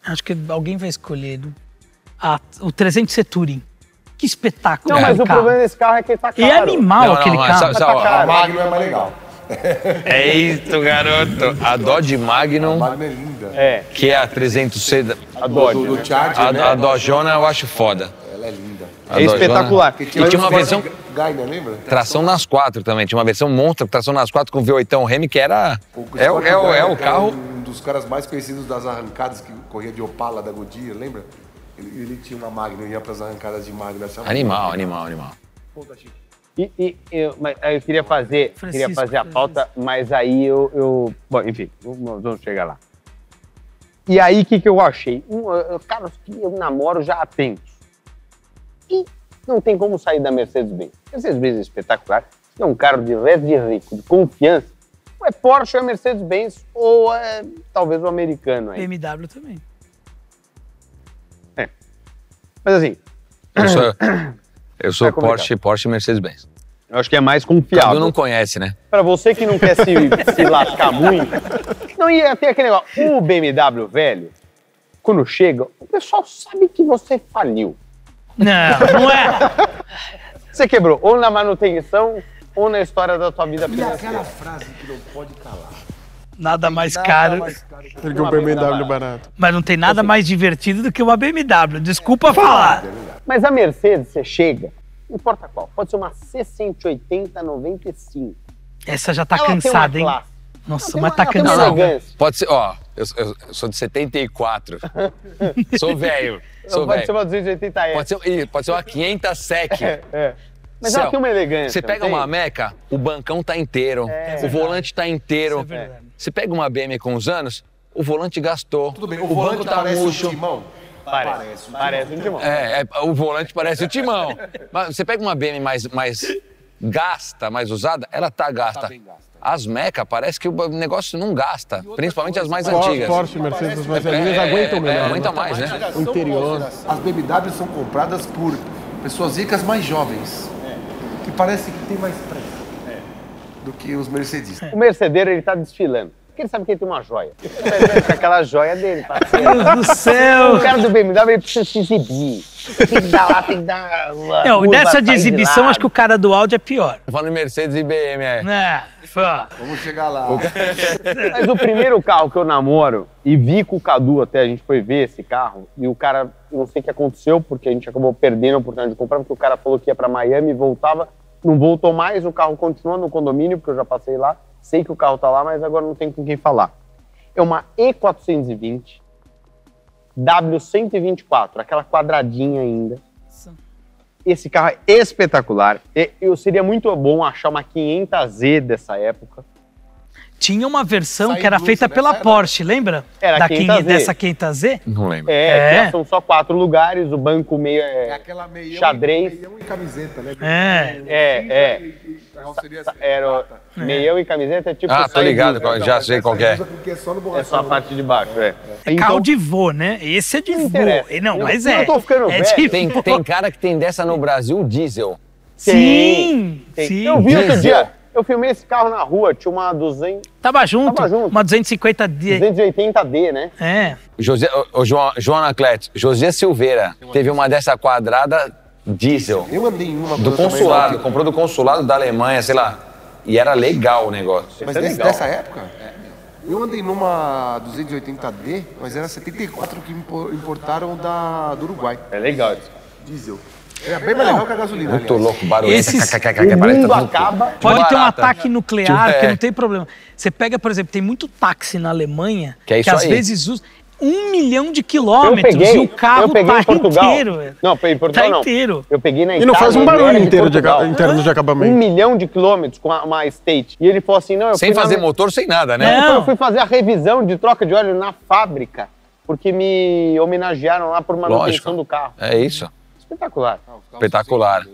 Speaker 1: acho que alguém vai escolher, né? A- o 300 C Touring. Que espetáculo.
Speaker 3: Não, mas
Speaker 1: aquele
Speaker 3: o
Speaker 1: carro.
Speaker 3: problema desse carro é que ele tá
Speaker 1: E
Speaker 3: caro.
Speaker 1: é animal aquele carro. tá
Speaker 2: sabe- sabe, ó,
Speaker 4: A Magno é mais legal.
Speaker 2: É isso, garoto. A Dodge
Speaker 4: A
Speaker 2: Magnum,
Speaker 4: Magno é linda.
Speaker 3: É,
Speaker 2: que é a 300C, da-
Speaker 3: a
Speaker 4: do,
Speaker 3: Dodge.
Speaker 4: do
Speaker 3: né?
Speaker 4: Charger,
Speaker 2: a,
Speaker 4: né?
Speaker 2: a Dodjona eu acho foda.
Speaker 4: Ela é linda.
Speaker 2: A
Speaker 3: É
Speaker 2: Dodjona.
Speaker 3: espetacular.
Speaker 2: E tinha
Speaker 4: é
Speaker 2: uma versão É,
Speaker 4: Gaina, né, lembra?
Speaker 2: tração nas quatro também. Tinha uma versão monstro, tração nas quatro com V8 Remy, que era... É, o- é, o- é o
Speaker 4: Gaina, que era
Speaker 2: carro...
Speaker 4: Um dos caras mais conhecidos das arrancadas que corria de Opala da Goodyear, lembra? Ele, ele tinha uma Magno, ia pras arrancadas de assim, um Magno. achava-
Speaker 2: Animal, animal, animal.
Speaker 4: assim.
Speaker 3: E, e- eu, mas aí eu queria fazer,
Speaker 1: Francisco,
Speaker 3: queria fazer a
Speaker 1: Francisco.
Speaker 3: pauta, mas aí eu, eu- bom, enfim, vamos, vamos chegar lá. E aí o que, que eu achei? Um, eu- eu- cara, os que eu namoro já há tempos. E não tem como sair da Mercedes-Benz. Mercedes-Benz é espetacular. Se é um carro de red de rico, de confiança, ou é Porsche ou é Mercedes-Benz, ou é talvez o americano aí.
Speaker 1: BMW também.
Speaker 3: Mas assim,
Speaker 2: Eu sou, eu sou
Speaker 3: Tá complicado.
Speaker 2: Porsche, Porsche e Mercedes-Benz.
Speaker 3: eu acho que é mais
Speaker 2: Cadu
Speaker 3: confiável.
Speaker 2: não conhece, né?
Speaker 3: Pra você que não quer se, se lascar muito. Não, e tem aquele negócio. O BMW velho, quando chega, o pessoal sabe que você faliu.
Speaker 1: Não, não é.
Speaker 3: Você quebrou ou na manutenção ou na história da tua vida
Speaker 4: E
Speaker 3: financeira.
Speaker 4: aquela frase que não pode calar.
Speaker 1: Nada mais
Speaker 4: Nada
Speaker 1: caro.
Speaker 4: mais caro que-
Speaker 5: um Ergueu o BMW barato.
Speaker 3: Assim.
Speaker 1: Mas não tem nada mais divertido do que uma BMW. Desculpa falar.
Speaker 3: Mas a Mercedes, você chega, não importa qual, pode ser uma C180 95.
Speaker 1: Essa já tá
Speaker 3: Ela tem uma
Speaker 1: cansada, hein?
Speaker 3: classe.
Speaker 1: Nossa,
Speaker 3: Tem
Speaker 1: mas
Speaker 3: uma-
Speaker 1: tá
Speaker 3: ela tem uma
Speaker 1: cansada.
Speaker 3: elegância.
Speaker 2: Pode ser, ó, eu, eu- eu sou de 74. sou velho. Sou
Speaker 3: Não pode ser
Speaker 2: velho.
Speaker 3: uma 280
Speaker 2: Pode ser, ih, pode ser uma 500 sec.
Speaker 3: É. Mas
Speaker 2: Céu,
Speaker 3: ela tem uma elegância.
Speaker 2: Você
Speaker 3: não
Speaker 2: pega
Speaker 3: tem? É,
Speaker 2: uma Meca, o bancão tá inteiro, o volante tá inteiro.
Speaker 1: Isso é verdade.
Speaker 2: Você pega uma BM com os anos, o volante gastou.
Speaker 4: Tudo bem, o,
Speaker 2: o,
Speaker 4: volante
Speaker 2: banco tá
Speaker 4: parece
Speaker 2: murcho.
Speaker 4: um timão.
Speaker 3: Parece, parece um timão.
Speaker 2: É, é, o volante parece o timão. Mas você pega uma BM mais, mais gasta, mais usada, ela tá gasta.
Speaker 4: bem gasta.
Speaker 2: As Meca parece que o negócio não gasta, principalmente as mais
Speaker 5: Por-
Speaker 2: antigas.
Speaker 5: Porsche, Mercedes, as mais velhinhas
Speaker 2: É, é,
Speaker 5: aguentam
Speaker 2: é,
Speaker 5: melhor.
Speaker 2: aguenta
Speaker 5: né?
Speaker 2: mais, né?
Speaker 4: São
Speaker 5: Interior.
Speaker 4: As BMW são compradas por pessoas ricas mais jovens. Que parece que tem mais pressa. Do que os mercedistas.
Speaker 3: O mercedeiro, ele tá desfilando. Porque ele sabe que ele tem uma joia. Ele vai com aquela joia dele, tá? parceiro.
Speaker 1: Meu Deus do céu!
Speaker 3: O cara do BMW ele precisa se exibir. Tem que dar lá, tem que dar lá.
Speaker 1: Não, nessa
Speaker 3: tá
Speaker 1: de exibição, acho que o cara do áudio é pior.
Speaker 2: Falando em Mercedes e BM, é.
Speaker 1: Né? Fã.
Speaker 4: Vamos chegar lá.
Speaker 3: Mas o primeiro carro que eu namoro, e vi com o Cadu até, a gente foi ver esse carro, e o cara, não sei o que aconteceu, porque a gente acabou perdendo a oportunidade de comprar, porque o cara falou que ia pra Miami e voltava, não voltou mais, o carro continua no condomínio, porque eu já passei lá, sei que o carro tá lá, mas agora não tem com quem falar. É uma E420 W124, aquela quadradinha ainda. Esse carro é espetacular. E- Eu seria muito bom achar uma 500Z dessa época.
Speaker 1: Tinha uma versão
Speaker 4: Saiu
Speaker 1: que era
Speaker 4: blusa,
Speaker 1: feita
Speaker 4: né?
Speaker 1: pela
Speaker 4: Saiu-
Speaker 1: Porsche, lembra?
Speaker 3: Era
Speaker 1: da
Speaker 3: 500Z.
Speaker 1: quin- Dessa 500Z?
Speaker 2: Não lembro.
Speaker 3: É,
Speaker 1: É.
Speaker 3: que são só quatro lugares, o banco meio
Speaker 4: É
Speaker 3: é,
Speaker 4: aquela meião,
Speaker 3: Xadrez.
Speaker 4: meião e camiseta, né?
Speaker 1: É.
Speaker 3: É,
Speaker 4: E- e- e carroceria assim,
Speaker 3: era
Speaker 4: prata.
Speaker 3: meião e camiseta, é tipo
Speaker 2: Ah,
Speaker 3: só
Speaker 2: tô ligado,
Speaker 3: em-
Speaker 2: já sei qual que é.
Speaker 4: Porque é só no
Speaker 3: é só a
Speaker 4: borrachão.
Speaker 3: parte de baixo, é.
Speaker 1: É carro de vô, né? Esse é de
Speaker 3: Não
Speaker 1: vô.
Speaker 3: interessa.
Speaker 1: E Não,
Speaker 3: Eu-
Speaker 1: mas
Speaker 3: eu
Speaker 1: é.
Speaker 3: tô ficando
Speaker 1: é
Speaker 3: velho.
Speaker 1: de
Speaker 2: Tem,
Speaker 1: vô.
Speaker 2: tem cara que tem dessa no Brasil, diesel.
Speaker 1: Sim,
Speaker 3: tem.
Speaker 1: sim.
Speaker 3: Eu vi outro
Speaker 2: Diesel.
Speaker 3: dia, eu filmei esse carro na rua, tinha uma 200,
Speaker 1: Tava junto.
Speaker 3: Tava junto.
Speaker 1: Uma 250 de...
Speaker 3: 280D, né?
Speaker 1: É.
Speaker 2: José, ô, ô, João, João Anacleto, José Silveira teve uma dessa quadrada diesel.
Speaker 4: Eu andei em uma
Speaker 2: Do
Speaker 4: quando eu também
Speaker 2: consulado,
Speaker 4: andei.
Speaker 2: comprou do consulado da Alemanha, sei lá. E era legal o negócio.
Speaker 4: Mas
Speaker 3: é
Speaker 4: desse-
Speaker 3: legal.
Speaker 4: dessa época, eu andei numa 280D, mas era 74 que impo- importaram da, do Uruguai,
Speaker 3: É legal isso.
Speaker 4: diesel. Era bem mais legal que a gasolina.
Speaker 2: Muito
Speaker 4: aliás.
Speaker 2: louco, barulho.
Speaker 1: Esses-
Speaker 3: O mundo acaba,
Speaker 1: Pode ter um
Speaker 2: Barata.
Speaker 1: ataque nuclear,
Speaker 2: Tipo, é.
Speaker 1: que não tem problema. Você pega, por exemplo, tem muito táxi na Alemanha
Speaker 2: Que é isso
Speaker 1: às
Speaker 2: aí.
Speaker 1: vezes usa um milhão de
Speaker 3: eu
Speaker 1: quilômetros
Speaker 3: peguei,
Speaker 1: e o carro
Speaker 3: eu peguei
Speaker 1: tá
Speaker 3: em Portugal.
Speaker 1: inteiro. velho.
Speaker 3: Não, em Portugal
Speaker 1: Tá
Speaker 3: não.
Speaker 1: inteiro.
Speaker 3: Eu peguei na
Speaker 5: E não faz um
Speaker 3: Itália,
Speaker 5: barulho
Speaker 3: ele era
Speaker 5: inteiro
Speaker 3: Tá,
Speaker 5: de,
Speaker 3: Portugal.
Speaker 5: aca- interno de
Speaker 3: Um
Speaker 5: acabamento.
Speaker 3: milhão de quilômetros com a- uma state. E ele falou assim, não, eu
Speaker 2: Sem
Speaker 3: fui na
Speaker 2: fazer
Speaker 3: me-
Speaker 2: motor, sem nada,
Speaker 3: Não,
Speaker 2: né?
Speaker 1: Não.
Speaker 3: Então, Eu fui fazer a revisão de troca de óleo na fábrica, porque me homenagearam lá por manutenção
Speaker 2: Lógico.
Speaker 3: do carro.
Speaker 2: É isso.
Speaker 3: Espetacular.
Speaker 2: Espetacular.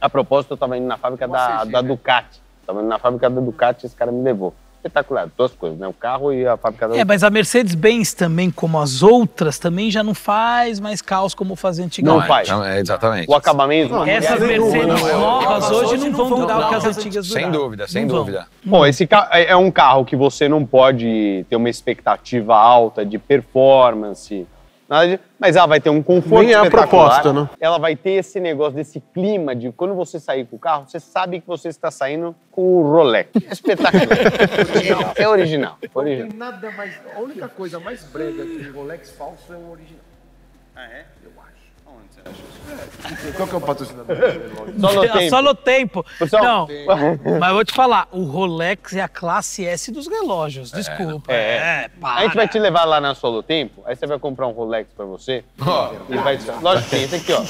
Speaker 3: A propósito, eu estava indo na fábrica da, da Ducati. Estava indo na fábrica da Ducati esse cara me levou. Espetacular. Duas coisas, né? O carro e a fábrica da
Speaker 1: É, mas a Mercedes-Benz também, como as outras, também já não faz mais caos como fazia
Speaker 3: Não
Speaker 1: antigamente.
Speaker 2: é,
Speaker 3: faz.
Speaker 2: então, é, exatamente.
Speaker 3: O acabamento.
Speaker 1: Essas
Speaker 5: Não, não,
Speaker 1: Mercedes
Speaker 5: não, não.
Speaker 1: novas hoje não vão dar o que as antigas
Speaker 2: Sem
Speaker 1: duraram.
Speaker 2: dúvida, sem
Speaker 1: Não vão.
Speaker 2: dúvida.
Speaker 3: Bom, esse ca- é é um carro que você não pode ter uma expectativa alta de performance, nada de- mas ela vai ter um conforto
Speaker 5: Nem é a
Speaker 3: espetacular.
Speaker 5: proposta, né?
Speaker 3: Ela vai ter esse negócio desse clima de quando você sair com o carro, você sabe que você está saindo com o Rolex. É espetacular. é original.
Speaker 4: Não
Speaker 3: original.
Speaker 4: tem nada mais. A única coisa mais brega que o Rolex falso é o original. Ah, é? Eu acho. Qual que é o patrocinador?
Speaker 3: Só no tempo.
Speaker 1: Só no tempo.
Speaker 3: Pessoal,
Speaker 1: não,
Speaker 3: tem-
Speaker 1: mas eu vou te falar, o Rolex é a classe S dos relógios, desculpa. É,
Speaker 3: É.
Speaker 1: para.
Speaker 3: A gente vai te levar lá na Solo Tempo, aí você vai comprar um Rolex pra você. e vai te... Lógico que tem, esse aqui, ó.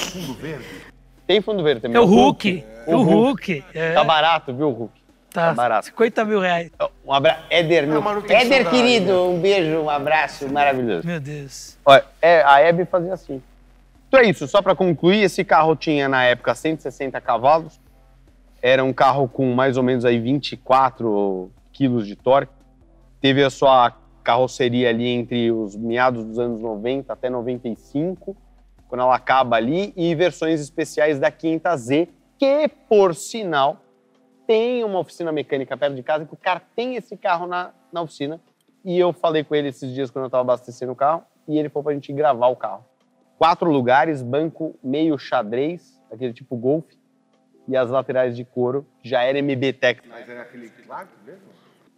Speaker 3: Tem fundo verde também.
Speaker 1: É o Hulk. O Hulk. É,
Speaker 3: Tá barato, viu, Hulk?
Speaker 1: tá
Speaker 3: barato.
Speaker 1: 50 mil reais.
Speaker 3: Um abraço. Éder, meu.
Speaker 4: Ah, mas não tem
Speaker 3: Éder,
Speaker 4: saudade, né?
Speaker 3: querido, um beijo, um abraço maravilhoso.
Speaker 1: Meu Deus.
Speaker 3: Olha, é, a Hebe fazia assim. Então é isso, só para concluir, esse carro tinha na época 160 cavalos, era um carro com mais ou menos aí 24 quilos de torque, teve a sua carroceria ali entre os meados dos anos 90 até 95, quando ela acaba ali, e versões especiais da 500Z, que por sinal tem uma oficina mecânica perto de casa, que o cara tem esse carro na, na oficina, e eu falei com ele esses dias quando eu tava abastecendo o carro, e ele falou pra gente gravar o carro. Quatro lugares, banco meio xadrez, aquele tipo Golf, e as laterais de couro, já era MB Tech.
Speaker 4: Mas era aquele Clark mesmo?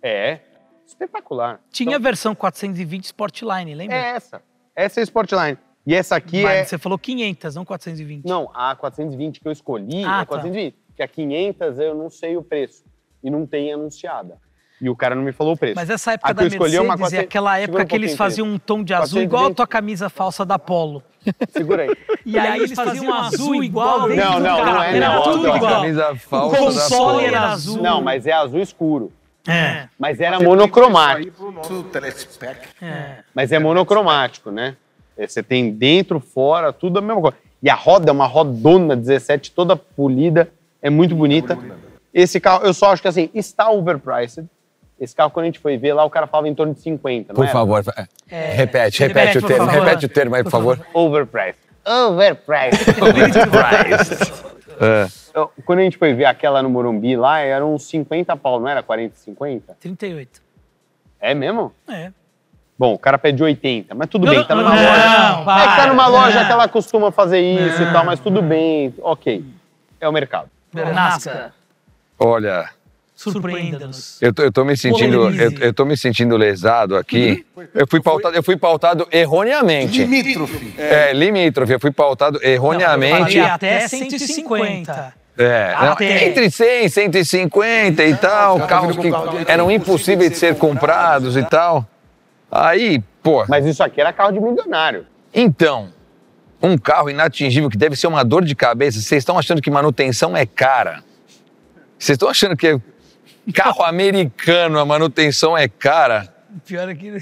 Speaker 3: É, espetacular.
Speaker 1: Tinha a versão 420 Sportline,
Speaker 3: Então,
Speaker 1: lembra?
Speaker 3: é essa, essa é a Sportline. E essa aqui
Speaker 1: Mas
Speaker 3: é.
Speaker 1: você falou 500, não 420.
Speaker 3: Não, a 420 que eu escolhi
Speaker 1: Ah,
Speaker 3: é
Speaker 1: tá.
Speaker 3: 420. Que a 500 eu não sei o preço. E não tem anunciada. E o cara não me falou o preço.
Speaker 1: Mas essa época
Speaker 3: A que
Speaker 1: da
Speaker 3: eu escolhi
Speaker 1: Mercedes
Speaker 3: é uma
Speaker 1: é
Speaker 3: 400
Speaker 1: aquela
Speaker 3: segura
Speaker 1: época
Speaker 3: um
Speaker 1: que eles
Speaker 3: pouquinho,
Speaker 1: faziam um tom de azul
Speaker 3: 420.
Speaker 1: igual a tua camisa falsa da Polo.
Speaker 3: Segura aí.
Speaker 1: E aí eles faziam um azul igual dentro
Speaker 3: Não,
Speaker 1: do
Speaker 3: não,
Speaker 1: carro.
Speaker 3: não é,
Speaker 1: era
Speaker 3: não.
Speaker 1: tudo
Speaker 3: Não,
Speaker 1: igual.
Speaker 2: camisa
Speaker 1: O
Speaker 2: falsa da
Speaker 1: console
Speaker 2: Polo.
Speaker 1: era azul.
Speaker 3: Não, mas é azul escuro.
Speaker 1: É,
Speaker 3: Mas era monocromático.
Speaker 4: pro nosso telespec.
Speaker 1: é.
Speaker 3: Mas é monocromático, né? É, Você tem dentro, fora, tudo a mesma coisa. E a roda é uma rodona 17, toda polida, é muito bonita. Esse carro, eu só acho que assim, está overpriced. Esse carro, quando a gente foi ver lá, o cara falava em torno de 50, não é?
Speaker 2: Por
Speaker 3: era?
Speaker 2: favor, fa- repete, repete,
Speaker 1: repete,
Speaker 2: o
Speaker 1: por
Speaker 2: termo,
Speaker 1: favor.
Speaker 2: repete o termo aí, por,
Speaker 1: Por
Speaker 2: favor.
Speaker 3: Overpriced. Overpriced.
Speaker 2: É.
Speaker 3: Eu- quando a gente foi ver aquela no Morumbi lá, era uns 50 pau, não era 40, 50?
Speaker 1: 38.
Speaker 3: É mesmo?
Speaker 1: É.
Speaker 3: Bom, o cara pede 80, mas tudo bem, tá numa
Speaker 1: não,
Speaker 3: loja.
Speaker 1: para,
Speaker 3: é que tá numa
Speaker 1: não.
Speaker 3: loja que ela costuma fazer isso e tal, mas tudo bem, ok. É o mercado.
Speaker 1: Nasca,
Speaker 2: Olha,
Speaker 1: surpreenda-nos.
Speaker 2: eu tô, eu tô me sentindo, eu,
Speaker 1: Polemize.
Speaker 2: eu tô me sentindo lesado aqui. Eu fui pautado, eu fui pautado erroneamente.
Speaker 4: Limítrofe.
Speaker 2: É, limítrofe, eu fui pautado
Speaker 1: Falei
Speaker 2: erroneamente.
Speaker 3: é
Speaker 1: até 150.
Speaker 2: É, não,
Speaker 1: Até.
Speaker 2: entre 100, 150 e tal,
Speaker 4: tá
Speaker 2: carros
Speaker 4: vindo
Speaker 2: que
Speaker 4: com carro de-
Speaker 2: eram impossíveis de ser comprados e tal. Aí, pô,
Speaker 3: Mas isso aqui era carro de milionário.
Speaker 2: então, um carro inatingível que deve ser uma dor de cabeça, vocês estão achando que manutenção é cara? Vocês estão achando que carro americano a manutenção é cara?
Speaker 1: Pior é que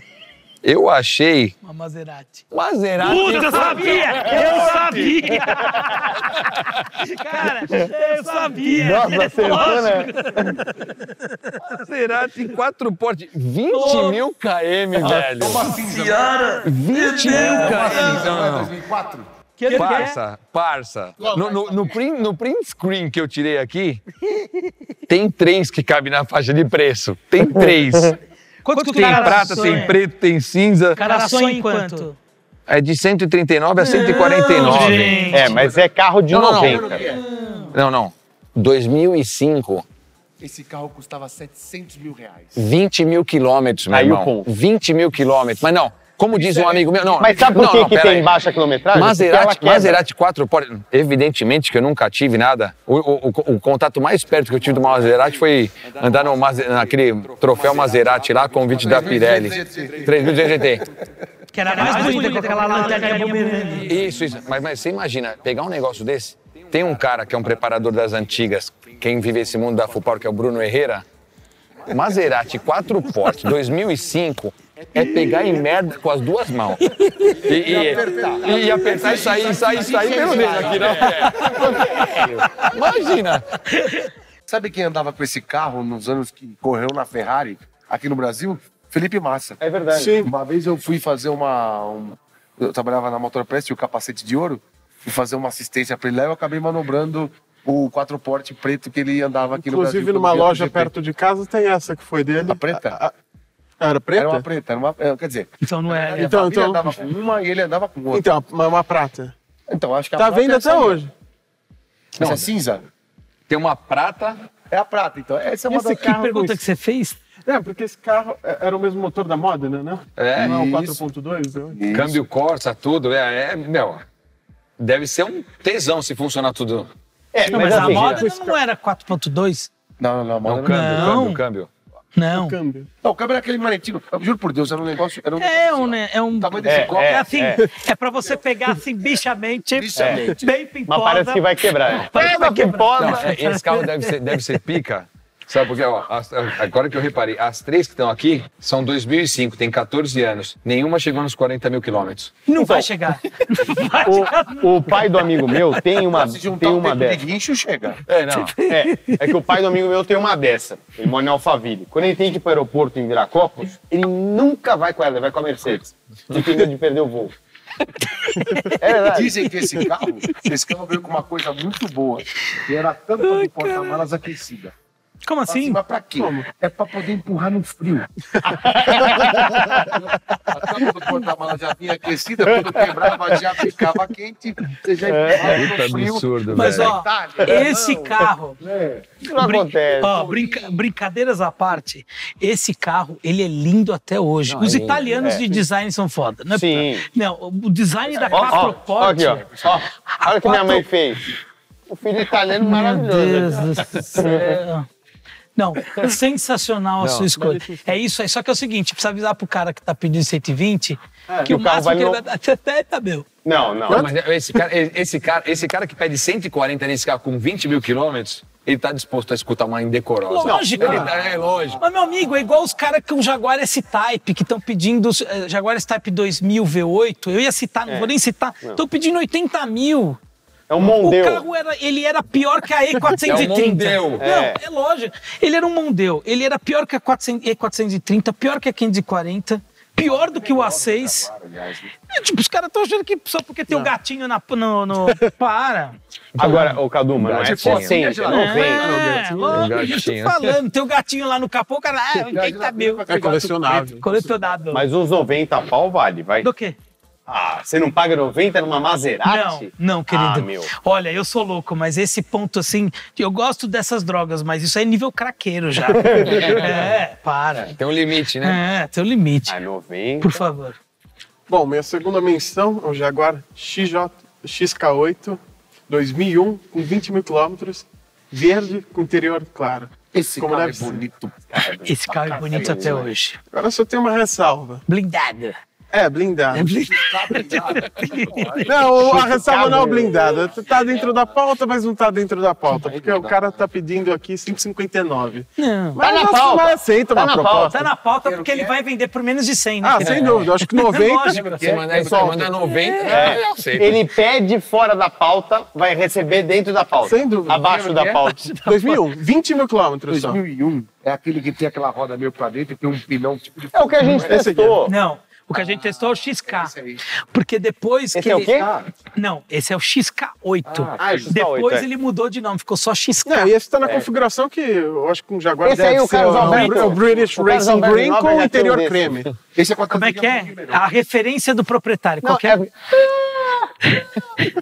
Speaker 2: Eu achei
Speaker 1: uma Maserati.
Speaker 2: Maserati.
Speaker 1: Puta, eu sabia! Eu sabia! Cara, eu sabia!
Speaker 3: Nossa, acertou, né?
Speaker 2: Maserati quatro portas, 20 mil km, velho.
Speaker 4: Uma cinza.
Speaker 2: 20 mil
Speaker 4: Uma cinza, não é
Speaker 2: km.
Speaker 4: 2004?
Speaker 1: Que ano que é?
Speaker 2: Parça, parça. No, no, no print, no print screen que eu tirei aqui, tem três que cabem na faixa de preço. Tem três.
Speaker 1: Quanto que o
Speaker 2: Tem
Speaker 1: cara
Speaker 2: prata,
Speaker 1: sonha?
Speaker 4: é.
Speaker 2: tem preto, tem cinza.
Speaker 1: O cara sonha em quanto?
Speaker 2: É de 139 a 149.
Speaker 3: É, mas é carro de
Speaker 2: Não, não, não.
Speaker 3: 90.
Speaker 2: É, Não, não. 2005,
Speaker 4: Esse carro custava 700 mil reais.
Speaker 2: 20 mil quilômetros, meu
Speaker 3: Aí o
Speaker 2: irmão.
Speaker 3: ponto.
Speaker 2: 20 mil quilômetros. Mas não, como diz um amigo meu... Não,
Speaker 3: Mas sabe por
Speaker 2: não,
Speaker 3: que,
Speaker 2: não,
Speaker 3: que
Speaker 2: pera
Speaker 3: tem
Speaker 2: aí.
Speaker 3: baixa quilometragem?
Speaker 2: Maserati,
Speaker 3: Porque ela quebra.
Speaker 2: Maserati 4 portas. Evidentemente que eu nunca tive nada. O, o- o- o contato mais perto que eu tive do Maserati foi andar no, Maser- naquele troféu Maserati lá, convite da Pirelli. 3.200 GT.
Speaker 1: Que era mais bonita com aquela lanterna bumerangue.
Speaker 2: Isso, isso. Mas, mas você imagina, pegar um negócio desse? Tem um cara que é um preparador das antigas, quem vive esse mundo da Fupower, que é o Bruno Herrera. Maserati 4 portas, 2005, é pegar em merda com as duas mãos. E, e- e apertar e sair, sair, sair pelo dedo aqui, não? É. Imagina.
Speaker 4: Sabe quem andava com esse carro nos anos que correu na Ferrari aqui no Brasil? Felipe Massa.
Speaker 3: É verdade.
Speaker 4: Uma vez eu fui fazer uma. um- eu trabalhava na Motorpress, tinha o capacete de ouro, fui fazer uma assistência pra ele lá e eu acabei manobrando o quatro porte preto que ele andava aqui
Speaker 5: Inclusive,
Speaker 4: no Brasil. quando
Speaker 5: numa
Speaker 4: vinha pro
Speaker 5: loja
Speaker 4: GP.
Speaker 5: perto de casa tem essa que foi dele.
Speaker 4: A preta?
Speaker 5: A- a- era preta?
Speaker 4: Era uma preta, era uma. é, Quer dizer,
Speaker 1: Então não
Speaker 4: a
Speaker 1: é.
Speaker 4: minha
Speaker 5: Então,
Speaker 4: família
Speaker 5: então-
Speaker 4: andava com uma e ele andava com outra.
Speaker 5: Então, uma, uma prata.
Speaker 4: Então, acho que a
Speaker 5: Tá
Speaker 4: prata
Speaker 5: vendo
Speaker 4: é
Speaker 5: até
Speaker 4: essa aí.
Speaker 5: hoje.
Speaker 4: Essa é cinza?
Speaker 2: Tem uma prata.
Speaker 4: É a prata, então. Essa é uma
Speaker 5: Esse
Speaker 4: das-
Speaker 1: Que pergunta que você fez?
Speaker 5: É, porque esse carro é- era o mesmo motor da moda, né? Não,
Speaker 2: É,
Speaker 5: não é o
Speaker 2: isso.
Speaker 5: 4.2? eu-
Speaker 2: Câmbio Corsa, tudo. É, é, meu, deve ser um tesão se funcionar tudo.
Speaker 3: É,
Speaker 1: Não,
Speaker 3: mas,
Speaker 1: mas a
Speaker 3: assim,
Speaker 1: moda não era 4.2?
Speaker 4: Não, não, não. a moda
Speaker 2: Não,
Speaker 4: não era-
Speaker 2: É um câmbio, câmbio, câmbio.
Speaker 1: Não.
Speaker 5: Câmbio.
Speaker 4: Não, o câmbio era aquele manetinho. Eu juro por Deus, era um negócio. Era um
Speaker 1: É
Speaker 4: negócio
Speaker 1: um, né, é um.
Speaker 4: tamanho desse
Speaker 1: é,
Speaker 4: copo.
Speaker 1: é assim, é. pra você pegar assim, bichamente,
Speaker 4: Bichamente.
Speaker 1: bem
Speaker 3: mas
Speaker 1: pimposa.
Speaker 3: parece que vai quebrar. É,
Speaker 1: Parece que vai quebrar.
Speaker 2: Não, é, esse carro deve ser, deve ser pica. Sabe por quê? Ó, as- agora que eu reparei, as três que estão aqui são 2005, tem 14 anos. Nenhuma chegou nos 40 mil quilômetros.
Speaker 1: Não vai chegar. Não vai chegar.
Speaker 3: O, o pai do amigo meu tem uma,
Speaker 4: Se juntar
Speaker 3: tem
Speaker 4: um
Speaker 3: uma
Speaker 4: tempo de
Speaker 3: dessa.
Speaker 4: guincho, chega.
Speaker 2: É, não.
Speaker 3: É, é que o pai do amigo meu tem uma dessa. Ele mora em Alphaville. Quando ele tem que ir pro aeroporto em Viracopos, ele nunca vai com ela, ele vai com a Mercedes. Ele tem medo de perder o voo. É verdade.
Speaker 4: Dizem que esse carro, esse carro veio com uma coisa muito boa, que era a tampa do porta-malas aquecida.
Speaker 1: Como
Speaker 4: Fala assim,
Speaker 1: assim?
Speaker 4: mas pra quê? É pra poder empurrar no frio. a tampa do porta-mala já vinha aquecida, quando quebrava já ficava quente, você já empurrava
Speaker 2: Puta
Speaker 4: no frio.
Speaker 2: absurdo,
Speaker 1: Mas
Speaker 2: velho.
Speaker 1: ó, esse carro.
Speaker 3: Isso não acontece.
Speaker 1: Ó, brinca- brincadeiras à parte, esse carro, ele é lindo até hoje. Os italianos de design são foda, né?
Speaker 3: é Sim.
Speaker 1: Não, o design da
Speaker 3: Ó, ó,
Speaker 1: Quattroporte.
Speaker 3: ó aqui, ó. Ó, Olha o que minha mãe fez. O filho italiano
Speaker 1: Meu Deus
Speaker 3: maravilhoso.
Speaker 1: do céu. Não, sensacional a sua escolha. É isso aí. Só que é o seguinte, precisa avisar pro cara que tá pedindo 120 que o
Speaker 3: É, o carro
Speaker 1: máximo
Speaker 3: vale
Speaker 1: que ele
Speaker 3: no-
Speaker 1: vai dar até tá meu.
Speaker 3: Não, não.
Speaker 2: Não, mas é, esse cara, esse, cara, esse cara que pede 140 nesse carro com 20 mil quilômetros, ele tá disposto a escutar uma indecorosa.
Speaker 1: Lógico. né?
Speaker 2: Ele tá- é lógico.
Speaker 1: Mas, meu amigo, é igual os caras com Jaguar S-Type, que estão pedindo eh, Jaguar S-Type 2000 V8. Eu ia citar, não vou nem citar. Estão pedindo 80 mil.
Speaker 3: É um
Speaker 1: O
Speaker 3: Mondeu.
Speaker 1: carro era, ele era pior que a E430.
Speaker 2: É um Mondeo.
Speaker 1: Não, é.
Speaker 3: É.
Speaker 1: lógico. Ele era um Mondeu. Ele era pior que a 400 E430, pior que a 540, pior do que o A6. E, tipo, os caras estão achando que só porque tem o gatinho na, no, no- Para.
Speaker 3: Agora, ô Cadu, mas não é
Speaker 2: Gatinho.
Speaker 3: potente, não vem.
Speaker 1: É, lógico, eu tô
Speaker 2: gatinho.
Speaker 1: falando. Tem o gatinho lá no capô, o cara... Ah, 80 mil.
Speaker 5: É colecionável.
Speaker 1: Colecionado.
Speaker 3: Mas uns 90 pau vale, vai.
Speaker 1: Do quê?
Speaker 3: Ah, você não paga 90 numa Maserati?
Speaker 1: Não, não, querido.
Speaker 3: Ah, meu.
Speaker 1: Olha, eu sou louco, mas esse ponto assim, eu gosto dessas drogas, mas isso é nível craqueiro já. é, para.
Speaker 2: Tem um limite, né?
Speaker 1: É, tem um limite.
Speaker 3: Ah, 90.
Speaker 1: Por favor.
Speaker 5: Bom, minha segunda menção é o Jaguar XJ, XK8, 2001, com 20 mil quilômetros, verde com interior claro.
Speaker 4: Esse
Speaker 5: Como
Speaker 4: carro é
Speaker 5: deve ser.
Speaker 4: bonito.
Speaker 1: Esse carro é bonito até hoje.
Speaker 5: Agora só tem uma ressalva.
Speaker 1: Blindado.
Speaker 5: É, blindado.
Speaker 1: É blindado.
Speaker 5: Não, a ressalva não é o blindado. Tá dentro da pauta, mas não tá dentro da pauta. Porque o cara tá pedindo aqui 5,59.
Speaker 1: Não.
Speaker 5: Mas
Speaker 3: na
Speaker 5: nós-
Speaker 3: pauta.
Speaker 5: nós aceita
Speaker 3: Tá
Speaker 5: uma
Speaker 3: na
Speaker 5: proposta.
Speaker 1: Tá na pauta porque ele vai vender por menos de 100, né? É
Speaker 5: Ah, sem dúvida. Acho que
Speaker 3: É
Speaker 5: 90.
Speaker 1: Lógico.
Speaker 2: Se mandar, se mandar 90, eu aceito.
Speaker 3: Ele pede fora da pauta, vai receber dentro da pauta.
Speaker 5: Sem dúvida.
Speaker 3: Abaixo da pauta.
Speaker 5: 2001, 20 mil um. quilômetros só.
Speaker 4: 2001 é aquele que tem aquela roda meio pra dentro e tem um pilão tipo de
Speaker 3: É o que a gente
Speaker 5: Esse aqui.
Speaker 3: testou.
Speaker 1: Não. O que a
Speaker 3: Ah,
Speaker 1: gente testou é o
Speaker 4: Esse
Speaker 1: XK.
Speaker 4: aí.
Speaker 1: Porque depois que
Speaker 3: Esse é o
Speaker 1: ele.
Speaker 3: quê?
Speaker 5: Ah, tá.
Speaker 1: Não, esse é o XK8.
Speaker 3: Ah, XK8,
Speaker 1: depois
Speaker 3: é.
Speaker 1: ele mudou de nome, ficou só XK.
Speaker 5: Não, e esse tá na
Speaker 4: É.
Speaker 5: configuração que eu acho que um Jaguar
Speaker 3: Esse
Speaker 5: deve
Speaker 3: aí é o
Speaker 5: ser
Speaker 3: Carlos
Speaker 5: o,
Speaker 3: Alberto.
Speaker 5: o British
Speaker 3: O Carlos
Speaker 5: Racing
Speaker 3: Alberto
Speaker 5: Green
Speaker 3: Nobre
Speaker 5: com
Speaker 3: já tem um
Speaker 5: interior
Speaker 3: desse.
Speaker 5: creme.
Speaker 4: Esse é
Speaker 1: Como é que é? A referência do proprietário.
Speaker 3: Não,
Speaker 1: Qual que é?
Speaker 3: é...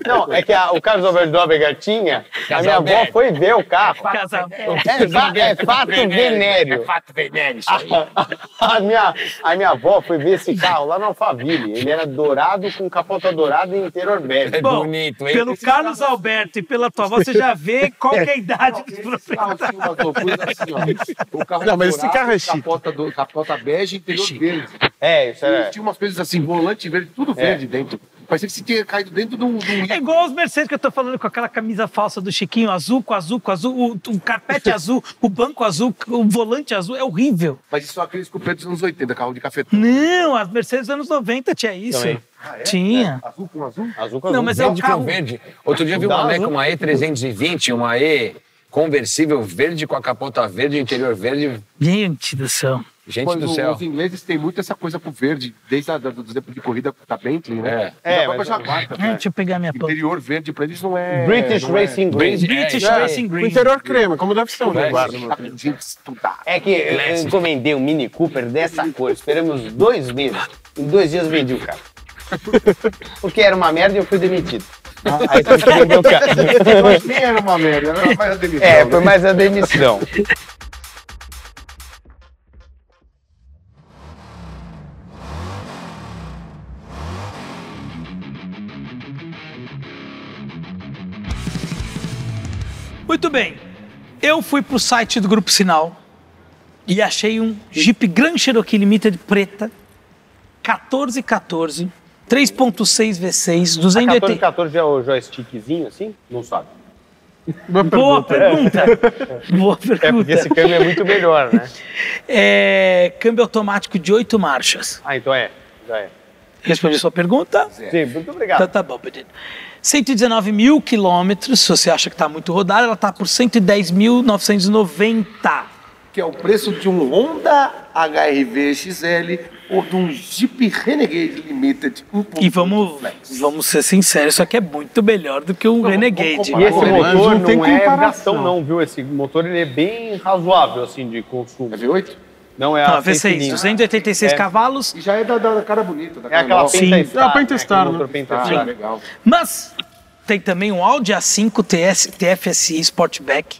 Speaker 3: não, é que a- o Carlos Alberto Doberger tinha, a minha avó
Speaker 2: Alberto.
Speaker 3: foi ver o carro.
Speaker 1: Casal.
Speaker 3: É, fa- é fato venéreo.
Speaker 2: fato venéreo isso
Speaker 3: A minha, a minha avó foi ver esse carro lá na Alphaville. Ele era dourado com capota dourada e interior verde.
Speaker 2: É
Speaker 1: Bom,
Speaker 2: bonito, hein?
Speaker 1: pelo Carlos Alberto e pela tua avó, você já vê qual que é a idade dos
Speaker 4: Esse carro
Speaker 1: proprietários.
Speaker 4: tinha umas loucuras assim, ó. O carro
Speaker 5: Não, mas esse
Speaker 4: dourado,
Speaker 5: carro é chique.
Speaker 4: Capota, do, capota bege e interior verde.
Speaker 3: É, isso
Speaker 4: E
Speaker 3: era.
Speaker 4: Tinha umas coisas assim, volante verde, tudo verde dentro. Parecia que você tinha caído dentro de um... de um-
Speaker 1: É igual os Mercedes que eu tô falando com aquela camisa falsa do Chiquinho, azul com azul com azul, o, o carpete azul, o banco azul, o volante azul, é horrível.
Speaker 4: Mas isso é aqueles cupê dos anos 80, carro de cafetão.
Speaker 1: Não, as Mercedes dos anos 90 tinha isso.
Speaker 3: Também.
Speaker 1: Tinha.
Speaker 4: Azul com azul?
Speaker 3: Azul com
Speaker 1: Não,
Speaker 3: azul.
Speaker 1: mas é o
Speaker 2: Verde com
Speaker 1: carro.
Speaker 2: verde. Outro dia eu vi uma
Speaker 3: Dá,
Speaker 2: Meca,
Speaker 3: né?
Speaker 2: uma E320, uma E conversível verde com a capota verde, interior verde.
Speaker 1: Gente do céu.
Speaker 2: Gente
Speaker 4: Pois
Speaker 2: do
Speaker 4: o-
Speaker 2: céu.
Speaker 4: Os ingleses têm muito essa coisa pro verde, desde a, do, do tempo de corrida da Bentley, né?
Speaker 3: É.
Speaker 4: Da
Speaker 3: É,
Speaker 4: própria
Speaker 3: mas-
Speaker 4: Jaguar
Speaker 1: Ah,
Speaker 4: também.
Speaker 1: deixa eu pegar minha pão.
Speaker 4: Interior verde pra eles não é...
Speaker 3: British
Speaker 4: não é-
Speaker 3: Racing Green.
Speaker 2: Verde-
Speaker 1: British
Speaker 2: é, é.
Speaker 1: Racing
Speaker 5: O
Speaker 1: Green.
Speaker 5: interior creme, como deve ser um Jaguar.
Speaker 4: Tá pedindo de estudar.
Speaker 3: É que eu encomendei um Mini Cooper dessa cor. Esperamos dois meses. Em dois dias vendi o carro. Porque era uma merda e eu fui demitido. Aí tive que vender o carro.
Speaker 4: Mas nem era uma merda, era mais a demissão.
Speaker 3: É,
Speaker 4: né?
Speaker 3: foi mais a demissão.
Speaker 1: Muito bem. Eu fui pro site do Grupo Sinal e achei um Jeep Grand Cherokee Limited preta, 1414, 3.6 V6,
Speaker 3: 14,
Speaker 1: 280.
Speaker 3: 14 já é o joystickzinho assim? Não sabe.
Speaker 5: Boa
Speaker 1: Boa
Speaker 5: pergunta.
Speaker 1: pergunta! Boa pergunta.
Speaker 3: câmbio é muito melhor, né?
Speaker 1: É, câmbio automático de oito marchas.
Speaker 3: Ah, então é. Já é.
Speaker 1: Respondi sua pergunta?
Speaker 3: Sim, muito
Speaker 1: Tá,
Speaker 3: obrigado.
Speaker 1: tá bom, pedido. 119 mil quilômetros, se você acha que está muito rodada, ela está por 110.990.
Speaker 4: que é o preço de um Honda HRV XL ou de um Jeep Renegade Limited 1.8
Speaker 1: E vamos,
Speaker 4: Flex.
Speaker 1: vamos ser sinceros, isso aqui é muito melhor do que o Renegade.
Speaker 3: E
Speaker 1: né?
Speaker 3: esse
Speaker 5: Pô, mas
Speaker 3: motor
Speaker 5: não
Speaker 3: não,
Speaker 5: tem
Speaker 3: é
Speaker 5: comparação.
Speaker 3: gastão, não, viu? Esse motor ele é bem razoável, assim, de consumo.
Speaker 4: É V8?
Speaker 3: Não é
Speaker 1: Não,
Speaker 3: a
Speaker 1: a V6, 286
Speaker 3: É.
Speaker 1: cavalos,
Speaker 4: E já é da, da cara bonita, da
Speaker 3: É
Speaker 4: cara
Speaker 3: aquela
Speaker 4: nova.
Speaker 1: Sim.
Speaker 3: penta
Speaker 5: É a penta
Speaker 3: né?
Speaker 5: Star,
Speaker 3: Aquele motor
Speaker 5: né?
Speaker 3: penta
Speaker 4: Ah,
Speaker 3: Star.
Speaker 4: legal.
Speaker 1: mas tem também um Audi A5 TS, TFSI Sportback.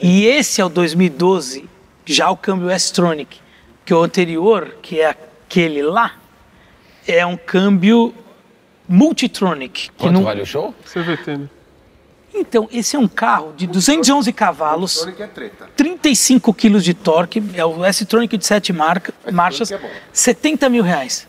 Speaker 1: E esse é o 2012, já o câmbio S-Tronic, que o anterior, que é aquele lá, é um câmbio Multitronic. Que
Speaker 2: Quanto
Speaker 1: não...
Speaker 2: vale o show?
Speaker 5: CVT, né?
Speaker 1: Então, esse é um carro de 211
Speaker 4: O
Speaker 1: cavalos.
Speaker 4: Sonic é treta.
Speaker 1: 35 quilos de torque, é o S-Tronic de 7 marca, marchas,
Speaker 4: é bom.
Speaker 1: 70 mil reais.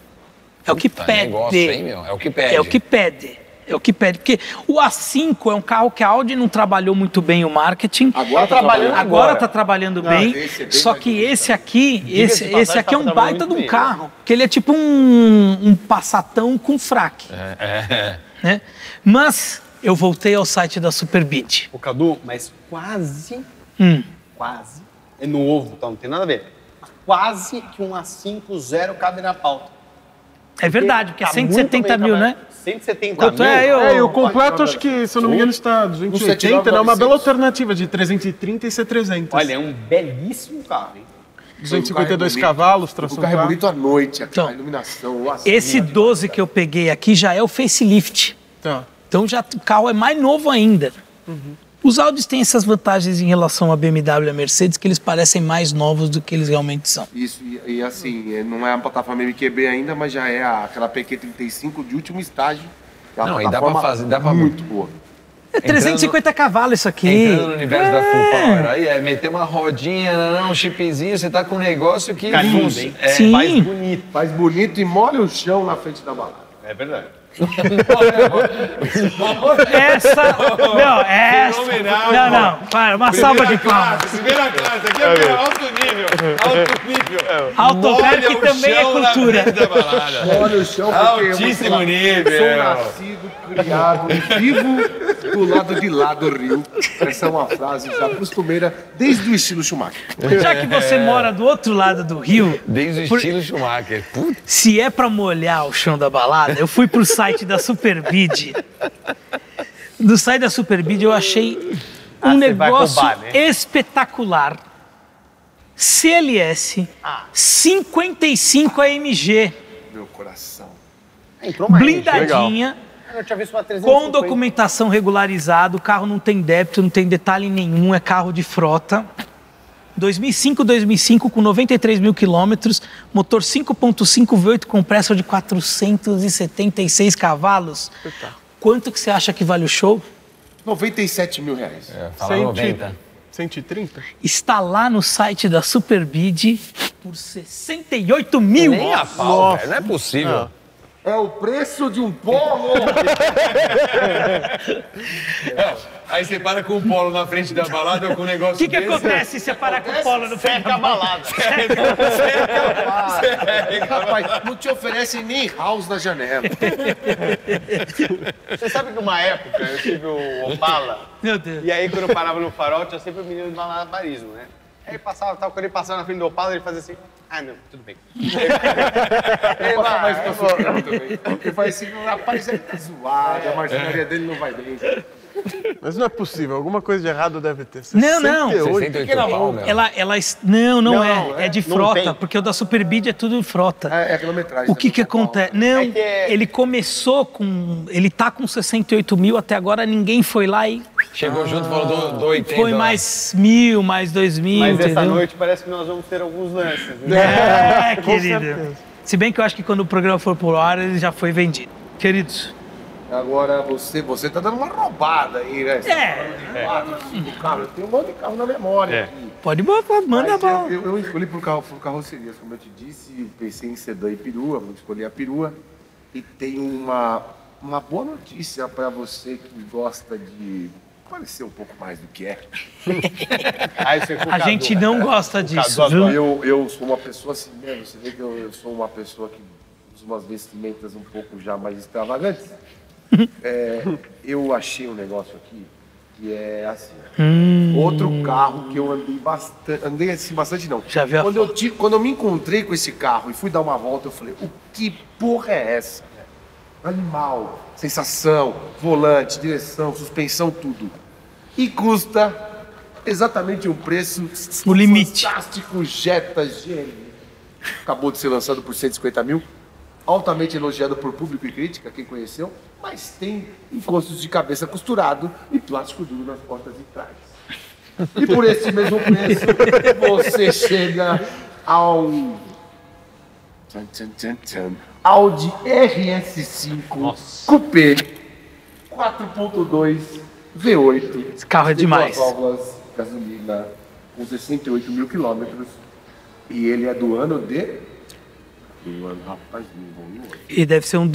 Speaker 1: É o que
Speaker 2: Tá,
Speaker 1: pede.
Speaker 2: negócio, hein, meu? É o que pede.
Speaker 1: É o que pede. É o que pede. Porque o A5 é um carro que a Audi não trabalhou muito bem o marketing.
Speaker 4: Agora tá
Speaker 3: trabalhando
Speaker 4: trabalhando.
Speaker 1: Agora está trabalhando bem,
Speaker 4: esse é bem
Speaker 1: só
Speaker 4: mais
Speaker 1: que esse aqui, esse,
Speaker 3: de passagem,
Speaker 1: esse aqui é
Speaker 3: tá
Speaker 1: um
Speaker 3: trabalhando
Speaker 1: baita de
Speaker 3: muito
Speaker 1: um
Speaker 3: bem,
Speaker 1: carro, que ele é tipo um, um passatão com fraque.
Speaker 3: É.
Speaker 2: É.
Speaker 1: Né? Mas eu voltei ao site da Superbid.
Speaker 3: O Cadu, mas quase,
Speaker 1: Hum.
Speaker 3: quase, é novo, tá? Não tem nada a ver. Quase que um A50 cabe na pauta.
Speaker 1: É verdade, porque é
Speaker 3: Tá muito
Speaker 1: 170
Speaker 3: bem
Speaker 1: mil, né?
Speaker 3: trabalhado. 170
Speaker 1: Quanto
Speaker 3: mil.
Speaker 1: é, eu-
Speaker 5: É, e o completo, acho que, se eu não me engano,
Speaker 3: Um
Speaker 5: está 280, né? Uma
Speaker 4: 900.
Speaker 5: bela alternativa de 330 e C300.
Speaker 3: Olha, é um belíssimo carro, hein?
Speaker 5: 252
Speaker 4: O carro é bonito.
Speaker 5: cavalos,
Speaker 4: O
Speaker 5: tração
Speaker 4: carro é
Speaker 5: carro.
Speaker 4: bonito à noite, a
Speaker 1: Então,
Speaker 4: iluminação, o assunto.
Speaker 1: Esse 12 que eu peguei aqui já é o facelift.
Speaker 5: Tá.
Speaker 1: Então já o carro é mais novo ainda.
Speaker 6: Uhum.
Speaker 1: Os Audis têm essas vantagens em relação à BMW e à Mercedes, que eles parecem mais novos do que eles realmente são.
Speaker 4: Isso, e, e assim, é, não é a plataforma MQB ainda, mas já é a- aquela PQ35 de último estágio. É uma
Speaker 2: Não, e dá pra
Speaker 4: plataforma
Speaker 2: fazer- dá pra-
Speaker 4: Muito boa.
Speaker 1: É 350 cavalos isso aqui.
Speaker 2: Entrando no universo da Full Power, aí é meter uma rodinha, não, um chipzinho, você tá com um negócio que...
Speaker 3: Carimbo, hein?
Speaker 2: É,
Speaker 1: Sim.
Speaker 3: Mais bonito.
Speaker 4: Faz bonito e molha o chão na frente da balada.
Speaker 3: É verdade.
Speaker 1: Essa.
Speaker 6: Oh,
Speaker 1: Não, essa. Não, não. Para, uma salva de palmas.
Speaker 6: Primeira classe, aqui é alto nível, alto nível.
Speaker 1: Autocar que
Speaker 6: o
Speaker 1: também é
Speaker 6: chão na
Speaker 1: cultura.
Speaker 6: frente da balada.
Speaker 2: É.
Speaker 4: Molha o chão porque eu vou te
Speaker 6: Altíssimo
Speaker 4: falar,
Speaker 6: nível.
Speaker 4: Sou nascido, criado, e vivo do lado de lá do rio. Essa é uma frase já costumeira desde o estilo Schumacher.
Speaker 1: Já que você mora do outro lado do rio,
Speaker 2: Desde o
Speaker 1: Por-
Speaker 2: estilo Schumacher. Puta,
Speaker 1: se é pra molhar o chão da balada, eu fui pro site da Superbid. No site da Superbid eu achei um
Speaker 3: Ah, você vai
Speaker 1: negócio
Speaker 3: roubar, né?
Speaker 1: espetacular. CLS
Speaker 3: Ah.
Speaker 1: 55 AMG,
Speaker 4: Meu coração.
Speaker 3: Entrou mais.
Speaker 1: blindadinha,
Speaker 3: Eu tinha visto uma 350.
Speaker 1: com documentação regularizada, o carro não tem débito, não tem detalhe nenhum, é carro de frota. 2005, 2005, com 93 mil quilômetros, motor 5.5 V8 compressor de 476 cavalos. Quanto que você acha que vale o show?
Speaker 4: 97 mil reais.
Speaker 2: fala 90.
Speaker 5: 130?
Speaker 1: Está lá no site da Superbid por 68 mil.
Speaker 2: Nem a pau, velho, não é possível.
Speaker 4: É o preço de um polo!
Speaker 6: Aí você para com o polo na frente da balada ou com um negócio
Speaker 1: O que, é que
Speaker 6: desse.
Speaker 1: acontece se você parar
Speaker 3: É
Speaker 1: com o polo no frente
Speaker 3: um.
Speaker 1: da
Speaker 3: balada.
Speaker 4: Rapaz, não te oferecem nem house na janela.
Speaker 3: Você sabe que uma época eu tive o Opala,
Speaker 1: Meu Deus.
Speaker 3: e aí quando eu parava no farol, tinha sempre o menino do malabarismo, né? Aí passava, tal, quando ele passava na frente do Opala, ele fazia assim, ah não, tudo bem. Aí,
Speaker 4: Passa mais
Speaker 3: vai,
Speaker 4: pra sua cara também. Porque vai assim, o rapaz é tá zoado, a marcenaria dele não vai bem.
Speaker 5: Mas não é possível, alguma coisa de errado deve ter.
Speaker 1: Não, não.
Speaker 2: 68
Speaker 7: é
Speaker 2: pau, meu.
Speaker 1: Ela, ela, es- não, não,
Speaker 3: Não,
Speaker 1: é. É
Speaker 3: é,
Speaker 1: de
Speaker 3: não
Speaker 1: frota,
Speaker 3: tem.
Speaker 1: porque o da Superbid é tudo em frota.
Speaker 4: É, é quilometragem.
Speaker 1: O que que acontece? Não,
Speaker 3: É que é-
Speaker 1: ele começou com... Ele tá com 68 mil, até agora ninguém foi lá e
Speaker 2: Chegou junto e falou do, do 80.
Speaker 1: foi
Speaker 2: lá.
Speaker 1: mais mil, mais dois mil,
Speaker 3: Mas
Speaker 1: entendeu?
Speaker 3: essa noite parece que nós vamos ter alguns lances, né?
Speaker 1: É, querido.
Speaker 5: certeza.
Speaker 1: Se bem que eu acho que quando o programa for pro ar, ele já foi vendido. Queridos,
Speaker 4: Agora você, você tá dando uma roubada aí, né?
Speaker 1: é,
Speaker 4: Cara, eu tenho um monte de carro na memória aqui.
Speaker 1: pode botar, manda
Speaker 4: Mas
Speaker 1: bala.
Speaker 4: eu, eu, eu escolhi por, carro, por carrocerias, como eu te disse, pensei em sedã e perua, vou escolher a perua. E tem uma, uma boa notícia para você que gosta de parecer um pouco mais do que é.
Speaker 3: Aí você
Speaker 1: A gente não gosta disso,
Speaker 3: né? Cadu
Speaker 1: viu?
Speaker 4: Eu, eu sou uma pessoa assim mesmo, você vê que eu, eu sou uma pessoa que usa umas vestimentas um pouco já mais extravagantes. É, eu achei um negócio aqui que é assim.
Speaker 1: Hum.
Speaker 4: Outro carro que eu andei bastante. Andei assim bastante, não.
Speaker 1: Já vi a
Speaker 4: quando, eu ti- quando eu me encontrei com esse carro e fui dar uma volta, eu falei, o que porra é essa? Animal, sensação, volante, direção, suspensão, tudo. E custa exatamente o preço
Speaker 1: No limite.
Speaker 4: fantástico Jetta GM. Acabou de ser lançado por 150 mil, altamente elogiado por público e crítica, quem conheceu, mas tem encostos de cabeça costurado e plástico duro nas portas de trás. E por esse mesmo preço, você chega um ao. Tchan, tchan, tchan, tchan. Audi RS5 Coupé 4.2 V8.
Speaker 1: Esse carro é
Speaker 4: Tem
Speaker 1: demais.
Speaker 4: Duas válvulas gasolina com 68 mil quilômetros. E ele é do ano de. Do ano, rapaz, não vou me lembrar.
Speaker 1: E deve ser um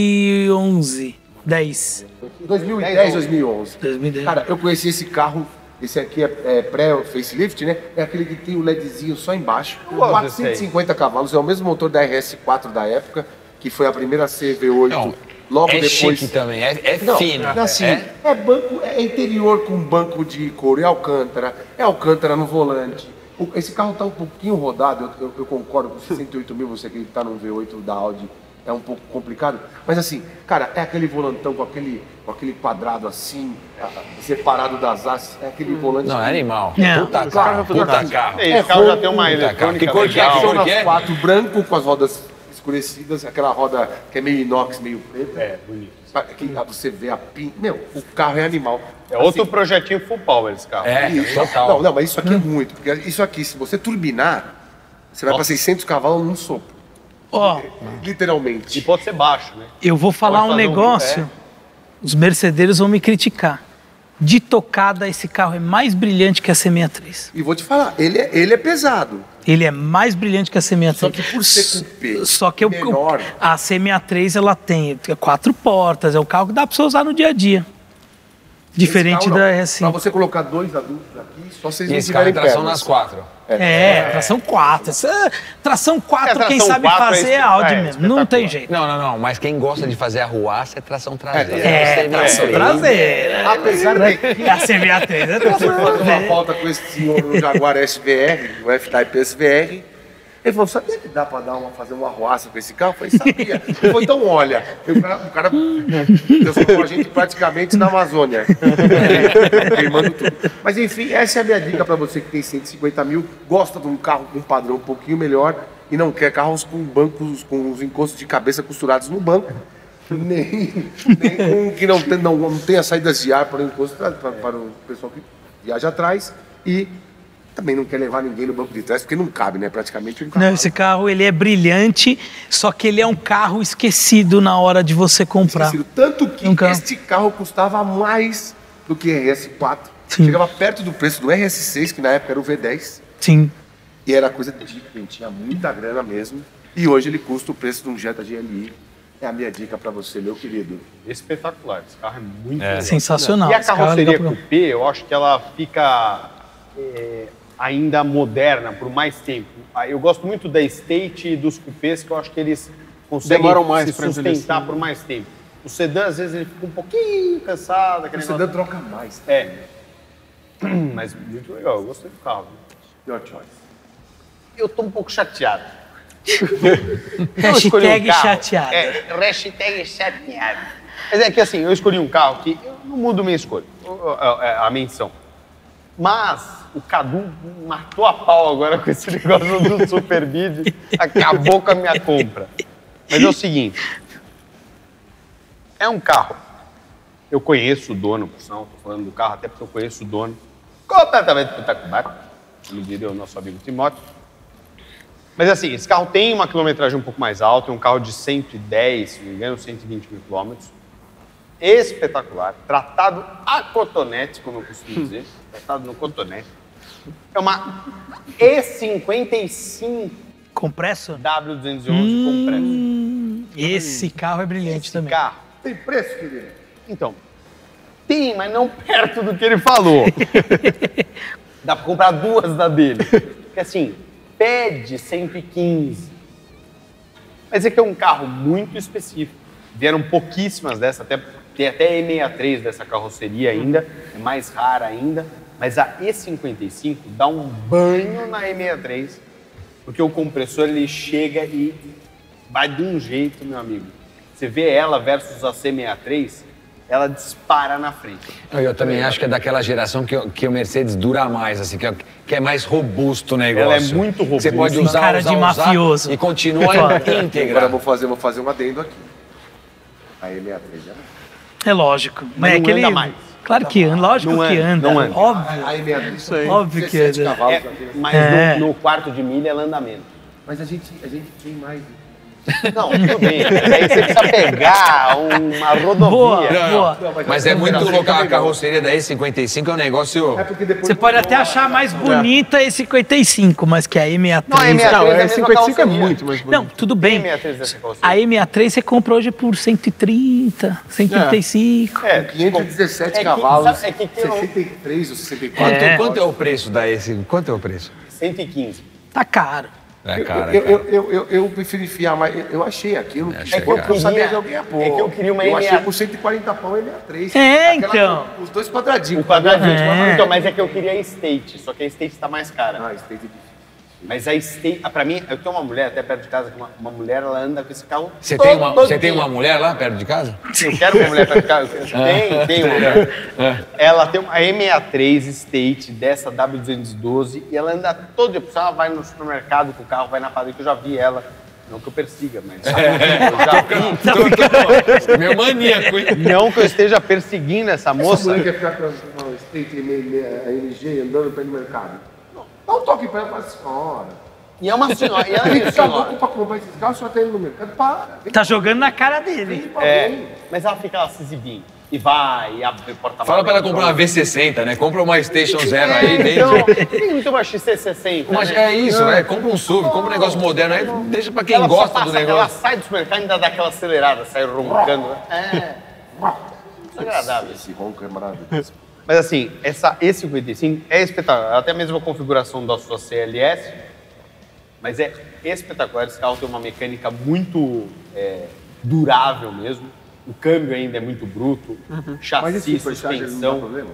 Speaker 1: 2011, 10,
Speaker 4: 2010, 2011.
Speaker 1: 2010.
Speaker 4: Cara, eu conheci esse carro. Esse aqui é, é pré-facelift, né? É aquele que tem o LEDzinho só embaixo. 450 cavalos, é o mesmo motor da RS4 da época, que foi a primeira CV8.
Speaker 2: Não,
Speaker 4: logo
Speaker 2: é
Speaker 4: depois.
Speaker 2: chique também, é, é
Speaker 4: Não,
Speaker 2: fino.
Speaker 4: assim, é?
Speaker 2: é?
Speaker 4: banco, é interior com banco de couro, é Alcântara, é Alcântara no volante. O- esse carro tá um pouquinho rodado, eu, eu- eu concordo com 68 mil, você que tá no V8 da Audi, é um pouco complicado. Mas assim, cara, é aquele volantão com aquele, com aquele quadrado assim, a- a- separado das asas, é aquele volante.
Speaker 2: Não, é
Speaker 4: que-
Speaker 2: animal.
Speaker 1: Não.
Speaker 2: Puta carro,
Speaker 4: Puta
Speaker 2: puta carro.
Speaker 4: É,
Speaker 3: Tá. Esse carro já
Speaker 4: roubo,
Speaker 3: tem uma
Speaker 4: puta,
Speaker 2: cara.
Speaker 3: eletrônica
Speaker 2: Que cor que é?
Speaker 3: legal.
Speaker 2: Que cor
Speaker 4: São
Speaker 2: que é?
Speaker 4: as quatro branco com as rodas escurecidas, aquela roda que é meio inox, meio preta. É, bonito. Que você vê a pin. Meu, o carro é animal.
Speaker 3: É outro projetinho full power esse carro.
Speaker 2: É,
Speaker 4: Isso.
Speaker 2: total.
Speaker 4: Não, não, mas isso aqui é muito. Porque isso aqui, se você turbinar, você vai para 600 cavalos num sopro.
Speaker 1: Ó,
Speaker 3: E
Speaker 4: Literalmente.
Speaker 3: pode ser baixo, né?
Speaker 1: eu vou falar
Speaker 3: Pode
Speaker 1: um
Speaker 3: fazer um
Speaker 1: negócio,
Speaker 3: pé.
Speaker 1: os mercedeiros vão me criticar. De tocada, esse carro é mais brilhante que a C63.
Speaker 4: E vou te falar, ele é, ele é pesado.
Speaker 1: Ele é mais brilhante que a C63.
Speaker 4: Só que por ser coupé,
Speaker 1: Só que o-
Speaker 4: menor.
Speaker 1: a C63 ela tem quatro portas, é o carro que dá pra você usar no dia a dia. Diferente da
Speaker 4: Para
Speaker 1: R5.
Speaker 4: você colocar dois adultos aqui, só vocês
Speaker 2: E
Speaker 4: não
Speaker 2: esse carro é
Speaker 4: tiverem
Speaker 2: tração
Speaker 4: pernas.
Speaker 2: nas quatro.
Speaker 1: É, tração 4. Tração 4,
Speaker 3: É, tração
Speaker 1: quem sabe
Speaker 3: quatro é
Speaker 1: fazer é
Speaker 3: espe-
Speaker 1: Audi
Speaker 3: é,
Speaker 1: mesmo. Não tem
Speaker 3: espetacular.
Speaker 1: jeito.
Speaker 2: Não, não, não. Mas quem gosta de fazer a ruaça é tração traseira.
Speaker 1: É,
Speaker 2: Você não
Speaker 1: tração
Speaker 2: tem.
Speaker 1: traseira.
Speaker 4: Apesar
Speaker 2: Né?
Speaker 4: de que
Speaker 1: A CVA3 é tração
Speaker 4: foi fazer uma
Speaker 1: traseira.
Speaker 4: pauta com esse senhor no Jaguar SVR, o F-Type SVR. Ele falou, sabia que dá pra dar uma, fazer uma arruaça com esse carro? Eu falei, sabia. Ele falou, então olha, E o cara, o cara transformou a gente praticamente na Amazônia. Queimando tudo. Mas enfim, essa é a minha dica pra você que tem 150 mil, gosta de um carro com um padrão um pouquinho melhor e não quer carros com bancos, com os encostos de cabeça costurados no banco. Nem, nem com que não, tem, não, não tenha saídas de ar para o encosto, para, para o pessoal que viaja atrás e também não quer levar ninguém no banco de trás, porque não cabe, né? Praticamente não cabe.
Speaker 1: Não, esse carro ele é brilhante, só que ele é um carro esquecido na hora de você comprar.
Speaker 4: Esquecido. Tanto que
Speaker 1: Nunca.
Speaker 4: este um carro custava mais do que RS4.
Speaker 1: Sim.
Speaker 4: Chegava perto do preço do RS6, que na época era o V10,
Speaker 1: Sim.
Speaker 4: e era coisa de quem tinha muita grana mesmo. E hoje ele custa o preço de um Jetta GLI. É a minha dica para você, meu querido.
Speaker 3: Espetacular. Esse carro é muito legal.
Speaker 1: Sensacional.
Speaker 3: E a
Speaker 1: Esse carro é legal
Speaker 3: carroceria
Speaker 1: pra-
Speaker 3: coupé, eu acho que ela fica é, ainda moderna por mais tempo. Ah, Eu gosto muito da State e dos cupês, que eu acho que eles conseguem
Speaker 5: Demoram mais
Speaker 3: se
Speaker 5: pra
Speaker 3: sustentar
Speaker 5: envelhecer.
Speaker 3: por mais tempo. O sedã, às vezes, ele fica um pouquinho cansado.
Speaker 4: O
Speaker 3: Aquele
Speaker 4: sedã
Speaker 3: negócio.
Speaker 4: troca mais.
Speaker 3: É. Mas muito legal, eu gostei do carro.
Speaker 4: Your choice.
Speaker 3: Eu tô um pouco chateado. Eu escolhi um
Speaker 1: Hashtag
Speaker 3: carro-
Speaker 1: chateado.
Speaker 3: É, hashtag chateado. Mas é que assim, eu escolhi um carro que eu não mudo minha escolha, o- a- é, a a menção. Mas o Cadu matou a pau agora com esse negócio do Superbid, acabou com a minha compra. Mas é o seguinte, é um carro. Eu conheço o dono, por sinal, tô falando do carro até porque eu conheço o dono. Completamente espetacular, como diria o nosso amigo Timóteo. Mas assim, esse carro tem uma quilometragem um pouco mais alta, é um carro de 110, se não me engano, 120 mil quilômetros. Espetacular, tratado a cotonete, como eu costumo dizer, tratado no cotonete. É uma E55W211
Speaker 1: Compresso?
Speaker 3: compresso.
Speaker 1: Esse carro é brilhante
Speaker 3: Esse
Speaker 1: também.
Speaker 3: carro
Speaker 4: Tem preço, querido?
Speaker 3: Então, tem, mas não perto do que ele falou. Dá pra comprar duas da dele. Porque assim, pede 115. Mas é que é um carro muito específico. Vieram pouquíssimas dessas, até Tem até E63 dessa carroceria ainda, é mais rara ainda, mas a E55 dá um banho na E63, porque o compressor ele chega e vai de um jeito, meu amigo. Você vê ela versus a C63, ela dispara na frente.
Speaker 7: Eu, eu também acho que é daquela geração que, o- que o Mercedes dura mais, assim, que é, que é mais robusto o negócio.
Speaker 3: Ela é muito
Speaker 7: Você
Speaker 3: robusta.
Speaker 7: pode usar,
Speaker 1: Cara
Speaker 7: usar,
Speaker 1: de
Speaker 7: usar
Speaker 1: mafioso.
Speaker 7: e continua íntegra.
Speaker 4: Agora eu vou fazer, vou fazer um adendo aqui. A E63 é
Speaker 1: É lógico. Mas
Speaker 3: não
Speaker 1: é aquele...
Speaker 3: anda mais.
Speaker 1: Claro que anda, lógico
Speaker 3: Não
Speaker 1: que
Speaker 3: anda,
Speaker 1: anda.
Speaker 3: não anda.
Speaker 1: Óbvio.
Speaker 4: A E63
Speaker 5: aí.
Speaker 1: Óbvio que
Speaker 4: 17
Speaker 1: é.
Speaker 4: cavalos. né?
Speaker 3: É, mas
Speaker 1: É.
Speaker 3: No, no quarto de milha ela anda menos.
Speaker 4: Mas a gente, a gente tem mais.
Speaker 3: Não, tudo bem. Aí você precisa pegar uma rodovia.
Speaker 1: Boa, boa.
Speaker 7: Mas é muito louco. A carroceria da E55 é um negócio.
Speaker 4: Porque depois
Speaker 1: Você pode até achar mais bonita a E55, mas que a M63...
Speaker 3: Não, a M63
Speaker 5: Não,
Speaker 3: é a
Speaker 5: é
Speaker 3: mesma
Speaker 5: 55 é
Speaker 3: carroceria.
Speaker 5: muito mais bonito.
Speaker 1: Não, tudo bem.
Speaker 3: M63 dessa carroceria.
Speaker 1: A M63 você compra hoje por 130, 135.
Speaker 3: É,
Speaker 4: 517
Speaker 3: é que-
Speaker 4: cavalos,
Speaker 3: sabe- é que tem um-
Speaker 4: 63 ou 64.
Speaker 7: Quanto, quanto é o preço da E5? Quanto é o preço?
Speaker 3: 115.
Speaker 1: Tá caro.
Speaker 7: É, cara.
Speaker 4: Eu, eu, eu, eu, eu prefiro enfiar mais. Eu- Eu achei aquilo.
Speaker 7: achei,
Speaker 4: é que eu,
Speaker 7: cara.
Speaker 4: eu sabia de alguém a pouco.
Speaker 3: É que eu queria uma
Speaker 4: Eu achei
Speaker 3: MA.
Speaker 4: por 140 pau M63.
Speaker 1: É,
Speaker 4: Aquela
Speaker 1: então.
Speaker 4: com Os dois quadradinhos.
Speaker 3: O quadradinho.
Speaker 1: É.
Speaker 3: Então, mas é que eu queria a State, só que a State tá mais cara.
Speaker 4: Ah, esse tem de-
Speaker 3: Mas a State, ah, pra mim, eu tenho uma mulher até perto de casa, que uma, uma mulher, ela anda com esse carro
Speaker 7: Você
Speaker 3: todo
Speaker 7: tem, uma, você
Speaker 3: dia.
Speaker 7: tem uma mulher lá perto de casa?
Speaker 3: Eu quero uma mulher perto de casa. Tem, tem uma mulher.
Speaker 7: É,
Speaker 3: Ela tem uma M63 State dessa W212 e ela anda todo dia. Por isso Ela vai no supermercado com o carro, vai na padaria, que eu já vi ela. Não que eu persiga, mas
Speaker 7: É.
Speaker 3: eu já vi.
Speaker 7: Meu maníaco, hein?
Speaker 3: Não que eu esteja perseguindo essa
Speaker 4: Essa
Speaker 3: moça.
Speaker 4: mulher quer ficar com a- com a Street MG andando pra ir no mercado. Não, Dá um toque pra ela e fala, senhora.
Speaker 3: E é uma senhora. E ela é
Speaker 4: Você
Speaker 3: uma
Speaker 4: tá
Speaker 3: senhora.
Speaker 4: louco pra comprar esses carros, só tem ele no mercado. É Para. Vem
Speaker 1: Tá jogando na cara dele.
Speaker 4: pra
Speaker 3: É,
Speaker 4: mim.
Speaker 3: mas ela fica lá se exibindo. E vai, e abre o porta-malas.
Speaker 7: Fala pra ela comprar uma V60, né? Compra uma Station Zero aí,
Speaker 3: É,
Speaker 7: vende.
Speaker 3: então, tem muito uma XC60.
Speaker 7: Mas
Speaker 3: né?
Speaker 7: é isso, né? Compra um SUV, compra um negócio moderno aí, deixa pra quem
Speaker 3: ela só
Speaker 7: gosta
Speaker 3: passa,
Speaker 7: do
Speaker 3: Ela
Speaker 7: negócio.
Speaker 3: sai do supermercado e ainda dá aquela acelerada, sai roncando. né? É. Desagradável.
Speaker 4: Esse ronco é maravilhoso.
Speaker 3: Mas assim, essa E55 é espetacular. Ela tem a mesma configuração da sua CLS, mas é espetacular. Esse carro tem uma mecânica muito é, durável mesmo. O câmbio ainda é muito bruto.
Speaker 4: Mas esse
Speaker 3: Chassi,
Speaker 4: supercharger não dá
Speaker 3: suspensão.
Speaker 4: problema?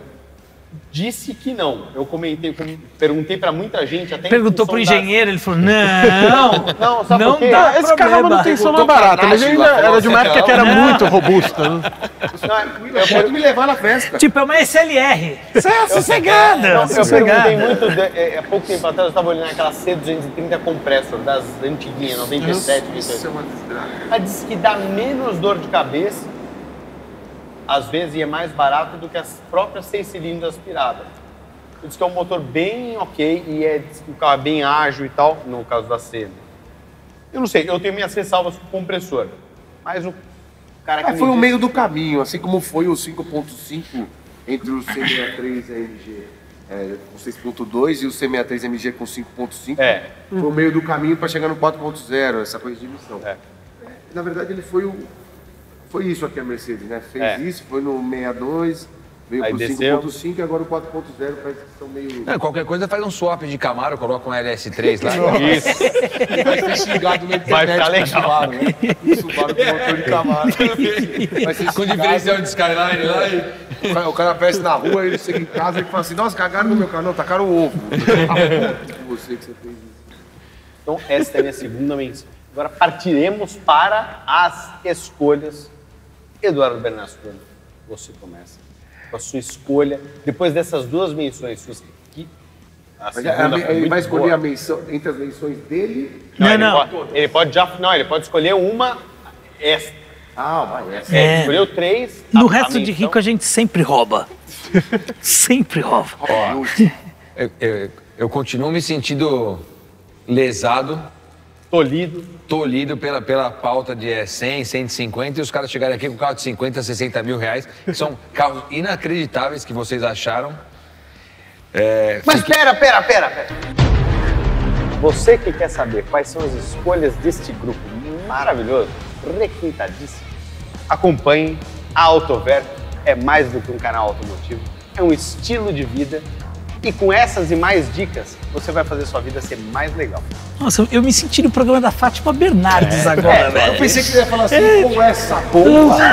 Speaker 3: Disse que não. Eu comentei, com- perguntei pra muita gente até. em
Speaker 1: Perguntou
Speaker 3: função
Speaker 1: pro
Speaker 3: da-
Speaker 1: engenheiro, ele falou: não,
Speaker 3: Não, sabe
Speaker 1: não
Speaker 3: por quê?
Speaker 1: dá.
Speaker 5: Esse carro é
Speaker 1: problema.
Speaker 5: manutenção mais barata, mas ele ainda era de uma época que era muito robusta. né?
Speaker 3: Não, é-
Speaker 4: Eu quero me levar na fresca.
Speaker 1: Tipo, é uma SLR. Isso é sossegada.
Speaker 3: Não, eu perguntei
Speaker 1: sossegada.
Speaker 3: muito, de- é, há pouco tempo atrás eu estava olhando aquela C230 Compressor das antiguinhas, 97, 98.
Speaker 4: Isso é uma desgraça.
Speaker 3: Ela disse que dá menos dor de cabeça, às vezes, e é mais barato do que as próprias seis cilindros aspiradas. Ele disse que é um motor bem ok e é, diz que o carro é bem ágil e tal, no caso da C. né? Eu não sei, eu tenho minhas seis salvas com compressor, mas o cara que
Speaker 4: Ah,
Speaker 3: me
Speaker 4: foi o
Speaker 3: disse-
Speaker 4: meio do caminho, assim como foi o 5.5 entre o C63 MG é, com 6.2 e o C63 MG com 5.5.
Speaker 3: É.
Speaker 4: Foi o meio do caminho para chegar no 4.0, essa coisa de emissão.
Speaker 3: É.
Speaker 4: Na verdade, ele foi o. Foi isso aqui a Mercedes, né? Fez
Speaker 3: É.
Speaker 4: isso, foi no 62, veio
Speaker 3: Aí
Speaker 4: pro
Speaker 3: desceu.
Speaker 4: 5.5 e agora o 4.0 parece que são meio.
Speaker 7: É, qualquer coisa faz um swap de Camaro, coloca um LS3 lá.
Speaker 3: Isso.
Speaker 4: Vai ser xingado na
Speaker 3: Vai ficar
Speaker 4: internet com Subaru, né? Subaru com motor de cavalo. Vai ser
Speaker 7: Com
Speaker 4: xingado.
Speaker 7: diferencial de Skyline lá e.
Speaker 4: O cara- O cara aparece na rua, ele chega em casa e fala assim, nossa, cagaram no meu carro. Não, tacaram o ovo. Ah, puta de você que você fez isso.
Speaker 3: Então, essa é a minha segunda mensagem. Agora partiremos para as escolhas. Eduardo Bernasconi, você começa com a sua escolha. Depois dessas duas menções suas aqui, a
Speaker 4: Mas é,
Speaker 3: segunda
Speaker 4: a- a-
Speaker 3: foi
Speaker 4: Ele
Speaker 3: É, muito
Speaker 4: vai escolher
Speaker 3: boa.
Speaker 4: a menção, entre as menções dele...
Speaker 1: Não,
Speaker 3: ele
Speaker 1: não.
Speaker 3: Pode, ele pode já, não, ele pode escolher uma esta.
Speaker 4: Ah, vai, essa.
Speaker 3: Ele
Speaker 1: É.
Speaker 3: Escolheu três. a-
Speaker 1: No
Speaker 3: a
Speaker 1: resto de
Speaker 3: menção.
Speaker 1: rico a gente sempre rouba. Sempre rouba.
Speaker 7: Eu, eu- eu continuo me sentindo lesado,
Speaker 3: Tolido.
Speaker 7: tolhido pela, pela pauta de eh, 100, 150 e os caras chegarem aqui com um carro de 50, 60 mil reais. que São carros inacreditáveis que vocês acharam.
Speaker 3: Mas pera, pera, pera, pera. Você que quer saber quais são as escolhas deste grupo maravilhoso, requintadíssimo, acompanhe a Autover. É mais do que um canal automotivo, é um estilo de vida E com essas e mais dicas, você vai fazer sua vida ser mais legal.
Speaker 1: Nossa, eu me senti no programa da Fátima
Speaker 3: É,
Speaker 1: Bernardes agora, velho.
Speaker 4: Eu pensei que você ia falar assim, com essa porra.